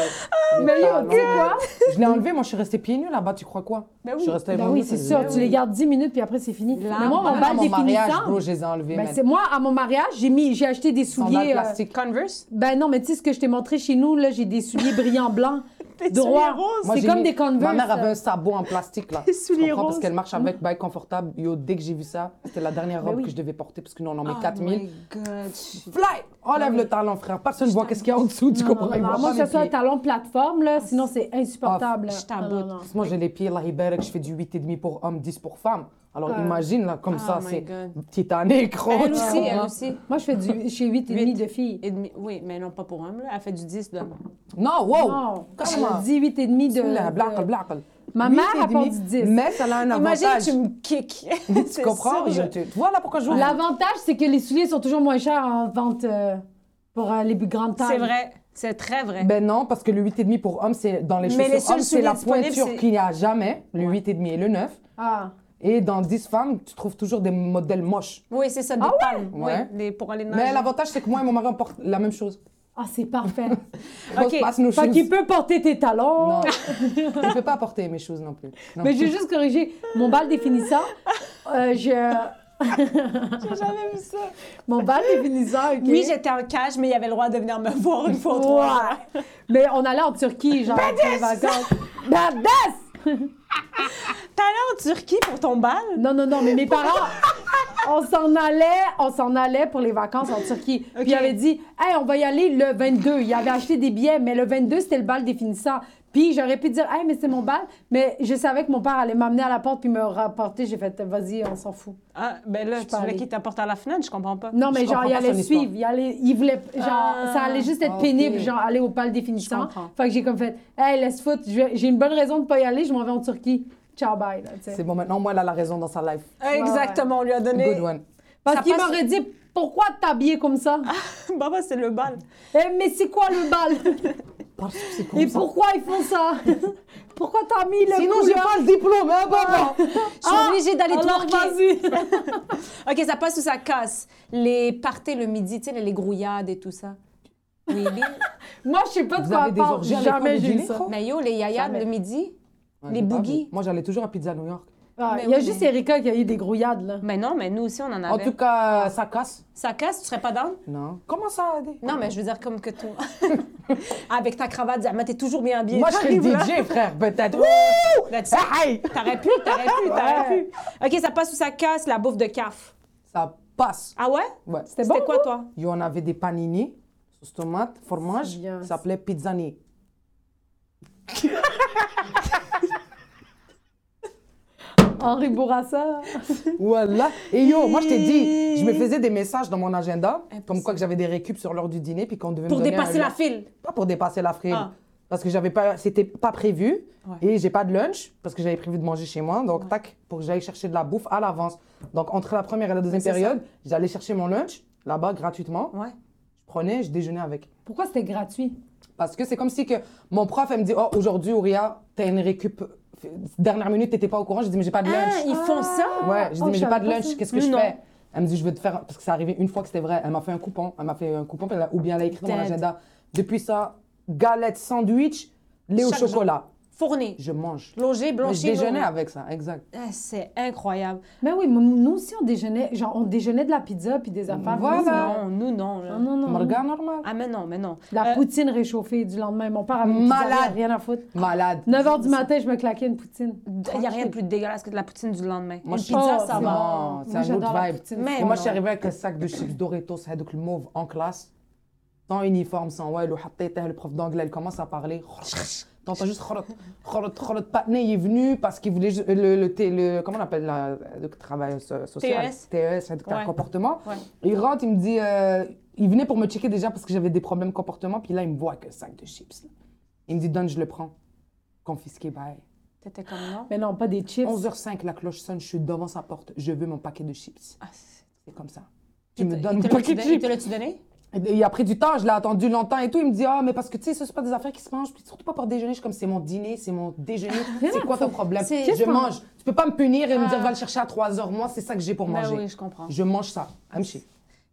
S1: Ah, Mais
S4: les
S1: yo,
S4: talons.
S1: tu sais quoi?
S4: Je l'ai enlevé, moi je suis restée pieds nus là-bas, tu crois quoi
S2: Ben oui.
S4: Je suis restée
S1: Ben
S4: vraiment
S1: oui,
S4: nue,
S1: c'est
S4: ça,
S1: sûr.
S4: je-
S1: Tu les gardes 10 minutes, puis après, c'est fini.
S2: Là,
S1: Mais moi,
S4: Même
S1: mon bal
S4: à mon mariage,
S1: définissant...
S4: bro, je les ai enlevés,
S1: Ben,
S4: man.
S1: c'est moi, à mon mariage, j'ai mis, j'ai acheté des
S4: Sandales
S1: souliers. euh,
S4: plastiques.
S2: Converse.
S1: ben non, mais tu sais ce que je t'ai montré chez nous, là, j'ai des souliers brillants
S4: *laughs*
S1: blancs.
S2: souliers
S1: droits.
S2: roses.
S4: Moi,
S1: C'est
S4: j'ai
S1: comme
S4: mis-
S1: des Converse. Ah,
S4: Ma mère avait un sabot en
S1: *laughs*
S4: plastique, là.
S2: Des souliers
S4: Je comprends,
S2: roses.
S4: Parce qu'elle marche avec, bail confortable. Yo, dès que j'ai vu ça, c'était la dernière robe que je devais porter, parce que nous, on en
S1: Ah,
S4: met 4000.
S2: Oh my God.
S4: Fly! Enlève le talon, frère. Personne ne voit qu'est-ce qu'il y a en dessous, tu
S1: Non, non,
S4: comprends?
S1: non,
S4: Ils
S1: non,
S4: voient
S1: bah, moi,
S4: pas
S1: que ce
S4: mes
S1: soit
S4: pieds.
S1: talon plateforme, là,
S4: Ah,
S1: sinon c'est insupportable.
S2: Ah, je
S1: Non,
S2: t'aboute.
S1: non, non.
S4: Parce que Moi, j'ai les pieds, la hiberek, je fais du 8,5 pour homme, 10 pour femme. Alors,
S1: Ah.
S4: imagine, là, comme
S2: Oh
S4: ça,
S2: my
S4: c'est
S2: God.
S4: Titanic, gros.
S2: Elle
S4: tu
S2: aussi, elle
S4: comprends?
S2: aussi.
S1: Moi, je fais
S4: *laughs*
S1: du chez 8 et demi
S2: Huit.
S1: de filles.
S2: Et demi- Oui, mais non, pas pour homme. là. Elle fait du 10 d'homme.
S4: Non, wow!
S1: Non,
S4: Oh, Comment?
S1: je dis 8 et demi de
S4: Bismillah,
S1: de-
S4: blaqal, blaqal.
S1: Ma
S4: Huit
S1: mère,
S4: et
S1: elle
S4: demi,
S1: porte du 10.
S4: Mais ça a un
S2: Imagine,
S4: avantage.
S2: tu me kicks. *laughs*
S4: tu comprends? Je te- Voilà pourquoi je vous
S1: L'avantage, c'est que les souliers sont toujours moins chers en vente euh, pour euh, les plus grandes tailles.
S2: C'est vrai. C'est très vrai.
S4: Ben non, parce que le 8,5 pour hommes, c'est dans les
S2: Mais les
S4: chaussures
S2: seuls
S4: hommes, c'est
S2: souliers
S4: la
S2: disponibles,
S4: pointure
S2: c'est-
S4: qu'il n'y a jamais, le 8,5 et le 9.
S1: Ah.
S4: Et dans 10 femmes, tu trouves toujours des modèles moches.
S2: Oui, c'est ça, des
S1: Ah
S2: palmes. Oui,
S4: Ouais.
S2: des- pour aller
S4: Mais
S2: nager.
S4: l'avantage, c'est que moi et mon mari, on porte la même chose.
S1: Ah, c'est
S4: *laughs*
S1: parfait.
S4: On
S2: Ok.
S4: passe nos
S1: fait
S4: choses.
S1: qu'il peut porter tes talons.
S4: Non, je ne peux pas porter mes choses non plus. Non.
S1: Mais je vais juste corriger mon bal définissant. euh, je...
S2: J'ai jamais vu ça.
S1: Mon bal définissant, OK?
S2: Oui, j'étais en cage, mais il y avait le droit de venir me *laughs* voir une fois ou trois
S1: Ouais.
S2: fois.
S1: Mais on allait en Turquie, genre, pour les vacances. Badass!
S2: T'es allée en Turquie pour ton bal?
S1: Non, non, non, mais mes parents, on s'en allait, on s'en allait pour les vacances en Turquie. Puis ils avaient dit, hey, on va y aller le 22. Ils avaient acheté des billets, mais le 22, c'était le bal définissant. Puis j'aurais pu dire, hey, mais c'est mon bal. Mais je savais que mon père allait m'amener à la porte puis me rapporter. J'ai fait, vas-y, on s'en fout.
S2: Ah, ben là,
S1: Je
S2: tu
S1: peux
S2: voulais
S1: aller.
S2: qu'il t'apporte à la fenêtre, je comprends pas.
S1: Non,
S4: Je
S1: mais genre,
S4: comprends
S1: il
S4: pas son
S1: allait
S4: histoire.
S1: suivre. Il, allait, il voulait. Genre,
S2: Ah,
S1: ça allait juste être
S4: ok.
S1: pénible, genre, aller au bal
S2: Je
S1: définissant.
S2: comprends.
S1: Fait que j'ai comme fait, hey, laisse foutre, je vais- j'ai une bonne raison de pas y aller, je m'en vais en Turquie. Ciao, bye. Là, tu sais.
S4: C'est bon, maintenant, moi, elle a la raison dans sa life.
S2: Ah, Exactement, on lui a donné.
S4: Good one.
S1: Parce
S2: Ça
S1: qu'il
S2: passe-
S1: m'aurait dit, pourquoi t'habiller comme ça?
S2: *laughs* Baba, c'est le bal.
S1: Eh, mais c'est quoi le
S2: *laughs*
S1: bal?
S4: Parce que c'est
S1: Et
S4: comme ça.
S1: pourquoi ils font ça? *laughs* pourquoi t'as mis Ah. le
S4: Sinon, j'ai
S1: couleur?
S4: pas le diplôme, hein, papa?
S2: Je suis obligée d'aller
S1: alors,
S2: twerker. Oh, OK, ça passe ou ça casse? Les parties le midi, tu sais, les grouillades et tout ça. Oui, oui.
S1: Moi, je sais pas de
S4: Vous
S1: quoi
S4: avez
S1: elle
S4: des
S1: parle.
S4: orgies à l'école
S1: Jamais
S4: du
S1: j'ai eu
S4: dîner?
S1: ça.
S2: Mais yo, les yayades
S1: Jamais.
S2: le midi?
S4: Ouais,
S2: Les
S4: j'ai pas
S2: boogies.
S4: vu. Moi, j'allais toujours à Pizza New York.
S1: Ah,
S2: Mais
S1: Il y a
S2: oui, Mm.
S1: juste
S2: mais-
S1: Erika qui a eu des grouillades, là.
S2: Mais non, mais nous aussi, on en
S1: Ah,
S4: En
S2: avait.
S4: tout cas, ça casse.
S2: Ça casse, tu serais pas down?
S4: Non. Comment ça, Adé?
S2: Non, mais je veux dire, comme que toi. Avec ta cravate, Zahma, t'es toujours bien habillée.
S4: Moi, je suis
S2: T'arrives là.
S1: hein.
S4: DJ, frère, peut-être.
S2: Là, tu sais, T'aurais pu, t'aurais pu, t'aurais pu. OK, ça passe ou ça casse, la bouffe de caf?
S4: Ça passe.
S2: Ah ouais?
S4: Ouais.
S1: C'était bon.
S2: C'était quoi, toi?
S4: Il y en avait des panini, sauce tomate,
S1: C'est
S4: fromage,
S1: bien,
S4: ça s'appelait pizzani.
S1: Henri Bourassa.
S4: Voilà. Et yo, moi je t'ai dit, je me faisais des messages dans mon agenda, comme quoi que j'avais des récup sur l'heure du dîner, puis qu'on devait
S2: Pour
S4: me donner
S2: dépasser
S4: un-
S2: la file.
S4: Pas pour dépasser la file.
S2: Ah.
S4: Parce que j'avais pas, c'était pas prévu
S2: Ouais.
S4: et j'ai pas de lunch parce que j'avais prévu de manger chez moi. Donc tac, pour que j'aille chercher de la bouffe à l'avance. Donc entre la première et la deuxième
S2: c'est ça.
S4: période, j'allais chercher mon lunch là-bas gratuitement.
S2: Ouais.
S4: Je prenais, je déjeunais avec.
S1: Pourquoi c'était gratuit?
S4: Parce que c'est comme si que mon prof, elle me dit, oh, aujourd'hui, Ouria, t'as une récup. Dernière minute, t'étais pas au courant. Je dis, mais j'ai pas de lunch.
S2: Ah, ils font ça?
S4: Ouais, je dis,
S1: Oh,
S4: mais
S1: je
S4: j'ai pas
S1: savais
S4: de
S1: pas
S4: lunch,
S1: ça.
S4: qu'est-ce que
S2: Mais
S4: je
S2: non.
S4: fais Elle me dit, je veux te faire. Parce que c'est arrivé une fois que c'était vrai. Elle m'a fait un coupon. Elle m'a fait un coupon, puis elle a- ou bien elle a écrit dans mon
S2: Dead.
S4: agenda. Depuis ça, galette, sandwich, lait au
S2: Chaque jour.
S4: chocolat.
S2: Fourni.
S4: Je mange.
S2: Logé,
S4: Mais je
S2: blanchi.
S4: déjeunais
S2: nourri.
S4: avec ça, exact.
S2: Ah, C'est incroyable.
S1: Mais oui, mais nous aussi, on déjeunait. Genre, on déjeunait de la pizza puis des affaires.
S4: Voilà.
S2: Non, nous, non. là.
S1: Non,
S4: Ah
S1: non, non. non.
S4: Morgan, normal.
S2: Ah, mais non, mais non.
S1: La
S2: Euh,
S1: poutine réchauffée du lendemain. Mon père avait une
S4: Malade.
S1: pizzeria, rien à foutre.
S4: Malade.
S1: 9 h du matin, je me claquais une poutine.
S2: Il n'y a rien de plus dégueulasse que de la poutine du lendemain.
S4: Moi,
S2: Une
S4: je-
S2: pizza,
S1: Oh, c'est
S2: ça va.
S1: bon.
S4: Non, c'est
S1: Moi,
S4: un
S1: j'adore
S4: autre
S1: la
S4: vibe.
S1: poutine.
S2: Mais
S4: Et moi,
S1: Oh,
S4: je suis arrivée avec un sac de chips Doritos, avec le mauve en classe, sans uniforme, sans ouais, le hatait, le prof d'anglais, elle commence à parler. T'entends juste Khorot, Khorot, Khorot. Patnay il est venu parce qu'il voulait ju- le, le, T- le- comment on appelle la- le travail so- social
S2: TES.
S4: TES, un
S2: Ouais.
S4: comportement.
S2: Ouais.
S4: Il rentre, il me dit, euh, il venait pour me checker déjà parce que j'avais des problèmes de comportement, puis là il me voit avec un sac de chips. là. Il me dit donne, je le prends, confisqué, bye.
S2: T'étais comme non.
S1: Mais non, pas des chips.
S4: 11h05, la cloche sonne, je suis devant sa porte, je veux mon paquet de chips.
S2: Ah, c'est-
S4: C'est comme ça. Tu
S2: Il te-
S4: me donnes
S2: il
S4: mon
S2: te l'a-tu
S4: paquet de
S2: donné- il
S4: chips.
S2: te l'as-tu donné?
S4: Et Il a pris du temps, je l'ai attendu longtemps et tout. Il me dit Ah, mais parce que tu sais, ce sont pas des affaires qui se mangent, puis surtout pas pour déjeuner. Je suis comme C'est mon dîner, c'est mon
S2: *laughs*
S4: déjeuner. c'est quoi ton problème
S2: c'est-
S4: Je
S2: Qu'est-ce qu'on-
S4: mange. Tu peux pas me punir et me dire Va le chercher à 3 heures. Moi, c'est ça que j'ai pour
S2: Ben
S4: manger.
S2: oui, je comprends.
S4: Je mange ça. Hamchi.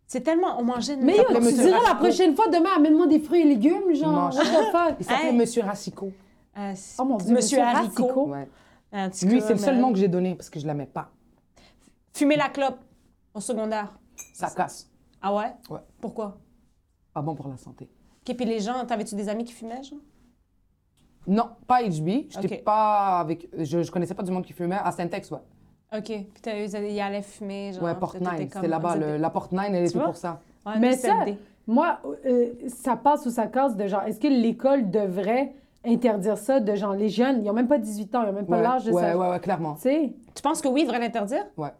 S2: C'est tellement. On mangeait de
S1: Mais
S2: ça
S1: yo,
S4: s'appelait
S1: tu
S4: Monsieur
S1: diras la
S4: Raffo.
S1: prochaine fois, demain, amène-moi des fruits et légumes, genre.
S4: mange.
S1: What the fuck?
S4: Il s'appelait
S2: Hey.
S4: Monsieur Racicot.
S2: Ah, c'est-
S1: Oh mon dieu,
S2: Monsieur Haricot.
S4: Ouais.
S2: Un petit
S4: Lui,
S2: peu,
S4: c'est le seul
S2: mais-
S4: nom que j'ai donné parce que je l'aimais pas.
S2: Fumer la clope au secondaire.
S4: Ça casse.
S2: Ah ouais?
S4: Ouais.
S2: Pourquoi?
S4: Pas bon pour la santé.
S2: Et puis les gens, t'avais-tu des amis qui fumaient, genre?
S4: Non, pas HB. J'étais
S2: Ok.
S4: pas avec. Je, je connaissais pas du monde qui fumait. À Syntex, ouais.
S2: OK. Puis t'as- ils allaient- ils allaient fumer, genre.
S4: Ouais, Porte
S2: t'étais
S4: 9.
S2: comme-
S4: C'était là-bas.
S2: vous
S4: le-
S2: étiez-
S4: La Porte 9, elle
S2: Tu
S4: était
S2: vois?
S4: pour ça.
S2: Ouais,
S1: Mais
S2: nous,
S1: ça-
S2: CLD.
S1: Moi, euh, ça passe ou ça casse de genre, est-ce que l'école devrait interdire ça de genre, les jeunes, ils n'ont même pas 18 ans, ils n'ont même pas
S4: Ouais,
S1: l'âge de
S4: ouais,
S1: ça.
S4: ouais, ouais, clairement.
S1: Tu sais?
S2: Tu penses que oui, ils devraient l'interdire?
S4: Ouais.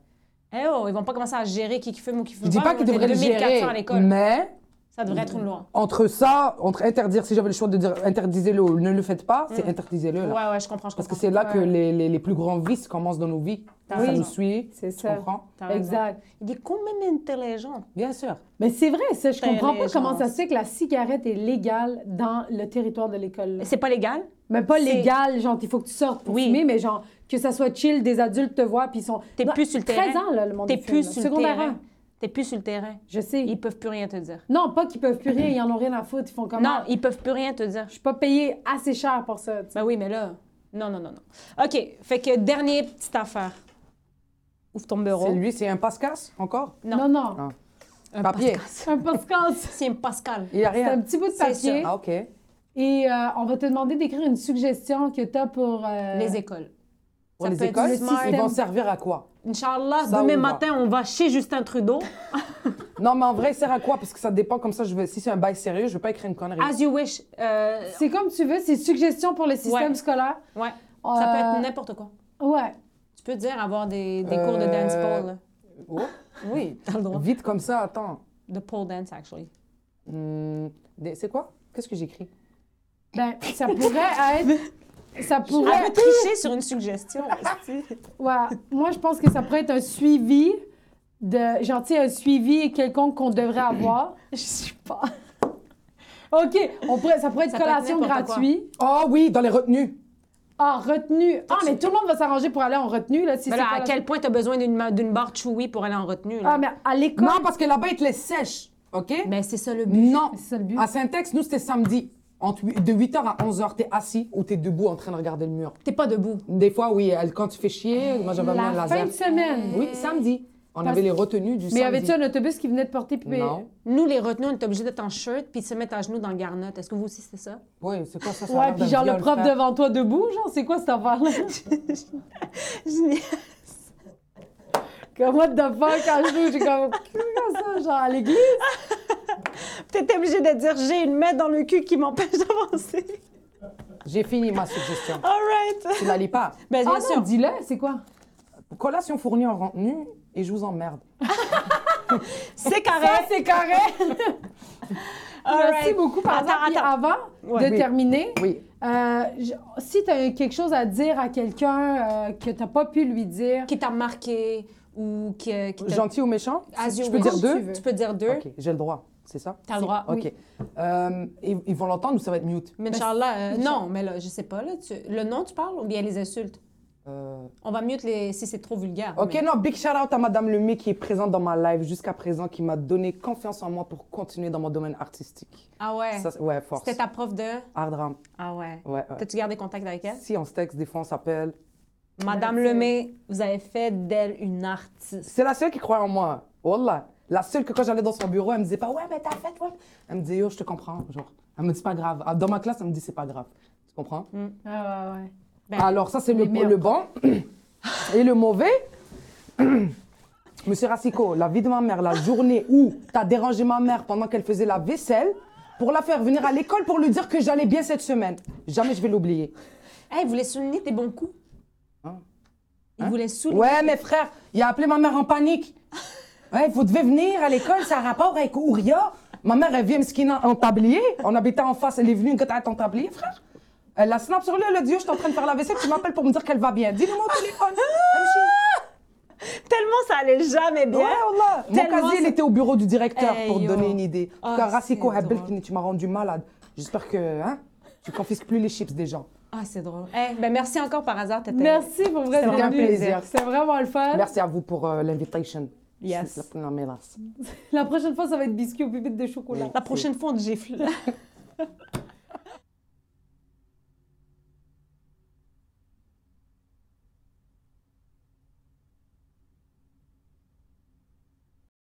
S2: Eh oh, ils vont pas commencer à gérer qui, qui fume ou qui fume
S4: Je dis pas
S2: mais
S4: qu'ils
S2: on était
S4: devraient le
S2: 2400
S4: gérer,
S2: à l'école.
S4: mais
S2: Ça Ça devrait être une loi.
S4: Entre ça, entre interdire, si j'avais le choix de dire interdisez-le ou ne le faites pas, c'est interdisez-le. là.
S2: Mm. Ouais, ouais, je comprends, je comprends.
S4: Parce que c'est là que les, les- les plus grands vices commencent dans nos vies.
S2: T'as
S4: Ça
S1: raison.
S4: nous suit,
S1: C'est
S4: tu
S1: ça.
S4: comprends
S2: T'as raison.
S1: Exact.
S2: Il est quand même intelligent.
S4: Bien sûr.
S1: Mais c'est vrai, ça. Je
S2: Très
S1: comprends pas
S2: légère.
S1: comment ça se fait que la cigarette est légale dans le territoire de l'école. là.
S2: C'est pas légal?
S1: Mais pas
S2: C'est-
S1: légale, genre, il faut que tu sortes pour
S2: Oui.
S1: fumer, mais genre, que ça soit chill, des adultes te voient, puis ils sont.
S2: T'es
S1: Non,
S2: plus sur le
S1: 13
S2: terrain.
S1: ans, là, le monde
S2: T'es
S1: du film,
S2: plus
S1: là.
S2: sur le
S1: Secondaire
S2: terrain.
S1: un.
S2: T'es plus sur le terrain.
S1: Je sais.
S2: Ils peuvent plus rien te dire.
S1: Non, pas qu'ils peuvent plus rien, ils en ont rien à foutre, ils font comment?
S2: Non, ils peuvent plus rien te dire.
S1: Je suis pas payée assez cher pour ça. tu sais.
S2: Ben oui, mais là, non, non, non, non. OK, fait que dernière petite affaire. Ouvre ton
S4: C'est
S2: bureau.
S4: lui, c'est un passe-casse encore
S2: Non.
S1: Non, non.
S4: Ah.
S2: Un
S4: Papier.
S2: Pascal.
S1: Un podcast.
S2: C'est un Pascal.
S4: Il n'y a
S1: C'est un
S4: rien.
S1: petit bout de
S2: C'est
S1: papier.
S4: Ah, ok.
S1: Et euh, on va te demander d'écrire une suggestion que tu as pour. euh,
S2: Les écoles.
S4: Pour
S2: Ça
S4: les
S2: peut être
S4: écoles,
S2: le
S4: ils
S2: système.
S4: vont servir à quoi
S2: Inch'Allah,
S4: Ça,
S2: demain
S4: on va.
S2: matin, on va chez Justin Trudeau.
S4: Non, mais en vrai, il sert à quoi Parce que ça dépend. Comme ça, je vais... si c'est un bail sérieux, je ne vais pas écrire une connerie.
S2: As you wish. Euh,
S1: C'est comme tu veux, c'est suggestion pour le système
S2: Ouais.
S1: scolaire.
S2: ouais, ça peut
S1: Euh,
S2: être n'importe quoi.
S1: Ouais.
S2: Tu peux dire avoir des, des cours de
S4: Euh,
S2: dance pole. là.
S4: Oh,
S2: Oui, t'as le droit.
S4: Vite comme ça, attends.
S2: De pole dance, actually.
S4: Hmm, des- C'est quoi Qu'est-ce que j'écris
S1: Ben, ça pourrait être. Ça
S2: Elle
S1: pourrait.
S2: veut tricher sur une
S4: *laughs*
S2: suggestion. esti.
S1: Ouais. Moi, je pense que ça pourrait être un suivi de. Genre, tu sais, un suivi quelconque qu'on devrait avoir. Je sais pas. OK. On pourrait, ça pourrait être
S2: Ça peut être
S1: collation
S2: n'importe quoi.
S1: gratuite.
S4: Oh oui, dans les retenues.
S1: Ah, retenue. Ah, mais tout le monde va s'arranger pour aller en retenue, là. Si
S2: Mais
S1: c'est
S2: là, à
S1: collation-
S2: quel point t'as besoin d'une ma- d'une barre chewy pour aller en retenue? là?
S1: Ah, mais à l'école.
S4: Non, parce que là-bas, ils te les sèchent. OK
S2: Mais c'est ça le but.
S4: Non. Ah,
S1: C'est ça le but.
S4: À Saint-Ex, nous, c'était samedi. Entre huit- de 8h à 11h, t'es assis ou t'es debout en train de regarder le mur.
S2: T'es pas debout.
S4: Des fois, oui, elle- quand tu fais chier, moi j'avais amené un
S1: La fin
S4: laser.
S1: de semaine.
S4: Oui, samedi. On
S1: Parce-
S4: avait les retenues du
S1: Mais y
S4: samedi.
S1: avait-tu un autobus qui venait de porter puis
S4: Non.
S2: Nous, les retenus, on est obligés d'être en shirt puis de se mettre à genoux dans le garnotte. Est-ce que vous aussi, c'était ça?
S4: Oui, c'est quoi ça, ça a
S1: Ouais,
S4: l'air
S1: puis
S4: d'un
S1: genre le
S4: viol,
S1: prof
S4: frère.
S1: devant toi debout, genre c'est quoi cette affaire là Comme what the fuck quand je joue, j'ai comme comment ça genre à l'église.
S2: *laughs* T'étais obligé de dire j'ai une main dans le cul qui m'empêche *laughs* d'avancer.
S4: J'ai fini ma suggestion.
S2: All right.
S4: tu la lis pas.
S2: Ben, bien
S1: Ah non,
S2: sûr.
S1: dis-le, c'est quoi
S4: Collation fournie en retenue et je vous emmerde.
S2: C'est
S1: Ça
S2: correct.
S1: c'est correct.
S2: All
S1: Merci
S2: right.
S1: beaucoup par
S2: Attends,
S1: exemple. Puis
S2: attends.
S1: avant
S2: Ouais.
S1: de
S4: Oui.
S1: terminer,
S4: Oui.
S1: euh, je- si tu as quelque chose à dire à quelqu'un euh, que tu pas pu lui dire,
S2: Qui t'a marqué ou qui, euh, qui t'a-
S4: Gentil ou méchant
S2: As you
S4: Je peux
S2: wish.
S4: dire
S1: Comme
S4: deux
S1: tu veux.
S2: Tu peux dire deux.
S4: Ok, j'ai le droit, c'est ça
S2: T'as le droit.
S4: Ok. Euh, ils, ils vont l'entendre ou ça va être mute
S2: Mais Inch'Allah, euh, non, mais là, je sais pas. Là, tu- Le nom, tu parles ou bien les insultes?
S4: Euh,
S2: On va mute les... si c'est trop vulgaire.
S4: Ok,
S2: mais-
S4: non, big shout out à Madame Lemay qui est présente dans ma live jusqu'à présent, qui m'a donné confiance en moi pour continuer dans mon domaine artistique.
S2: Ah ouais.
S4: Ça, c'est- ouais, force.
S2: C'était ta prof de.
S4: Hard Ram.
S2: Ah ouais.
S4: Ouais, ouais.
S2: T'as-tu gardé contact avec elle?
S4: Si on se texte, des fois on s'appelle.
S2: Madame Lemay, vous avez fait d'elle une artiste.
S4: C'est la seule qui croyait en moi. Wallah. La seule que quand j'allais dans son bureau, elle me disait pas ouais, mais t'as fait, ouais. Elle me disait yo, je te comprends. Genre, elle me dit c'est pas grave. Dans ma classe, elle me dit c'est pas grave. Tu comprends
S1: ah ouais ouais.
S2: Ben,
S4: Alors, ça, c'est le,
S1: les meilleurs.
S4: le bon. Et le mauvais. *clears throat* Monsieur Rassico, la vie de ma mère, la journée où t'as dérangé ma mère pendant qu'elle faisait la vaisselle pour la faire venir à l'école pour lui dire que j'allais bien cette semaine. Jamais je vais l'oublier.
S2: Hey, vous voulez Eh, souligner tes bons coups?
S4: Hein?
S2: Il voulait souligner.
S4: Ouais, mes frères, il a appelé ma mère en panique. Ouais, vous devez venir à l'école, ça a rapport avec Ouria. Ma mère, elle vient mesquine en en tablier. On habitait en face, elle est venue, une gâte en tablier, frère. Elle la snap sur lui, elle a dit, Yo, je suis en train de faire la vaisselle, tu m'appelles pour me dire qu'elle va bien. Dis-le moi au téléphone.
S1: Ah.
S2: Tellement ça allait jamais bien.
S4: Ouais, Allah. Mon
S2: Tellement
S4: casier, il
S2: ça-
S4: était au bureau du directeur
S2: Hey,
S4: pour te
S2: yo.
S4: donner une idée.
S2: Ah,
S4: En tout cas, Rassiko
S2: c'est drôle.
S4: Habelkini, tu m'as rendu malade. J'espère que hein, tu confisques plus les chips des gens.
S2: Ah, c'est drôle. Eh, ben merci encore par hasard, t'étais.
S1: Merci pour vrai
S4: C'était
S1: d'être
S4: un
S1: venu.
S4: plaisir.
S1: C'était vraiment le fun.
S4: Merci à vous pour euh, l'invitation.
S2: Ah. Yes.
S4: Je suis la première mélasse.
S1: La prochaine fois ça va être biscuit aux pépites de chocolat.
S2: La prochaine fois, on te gifle.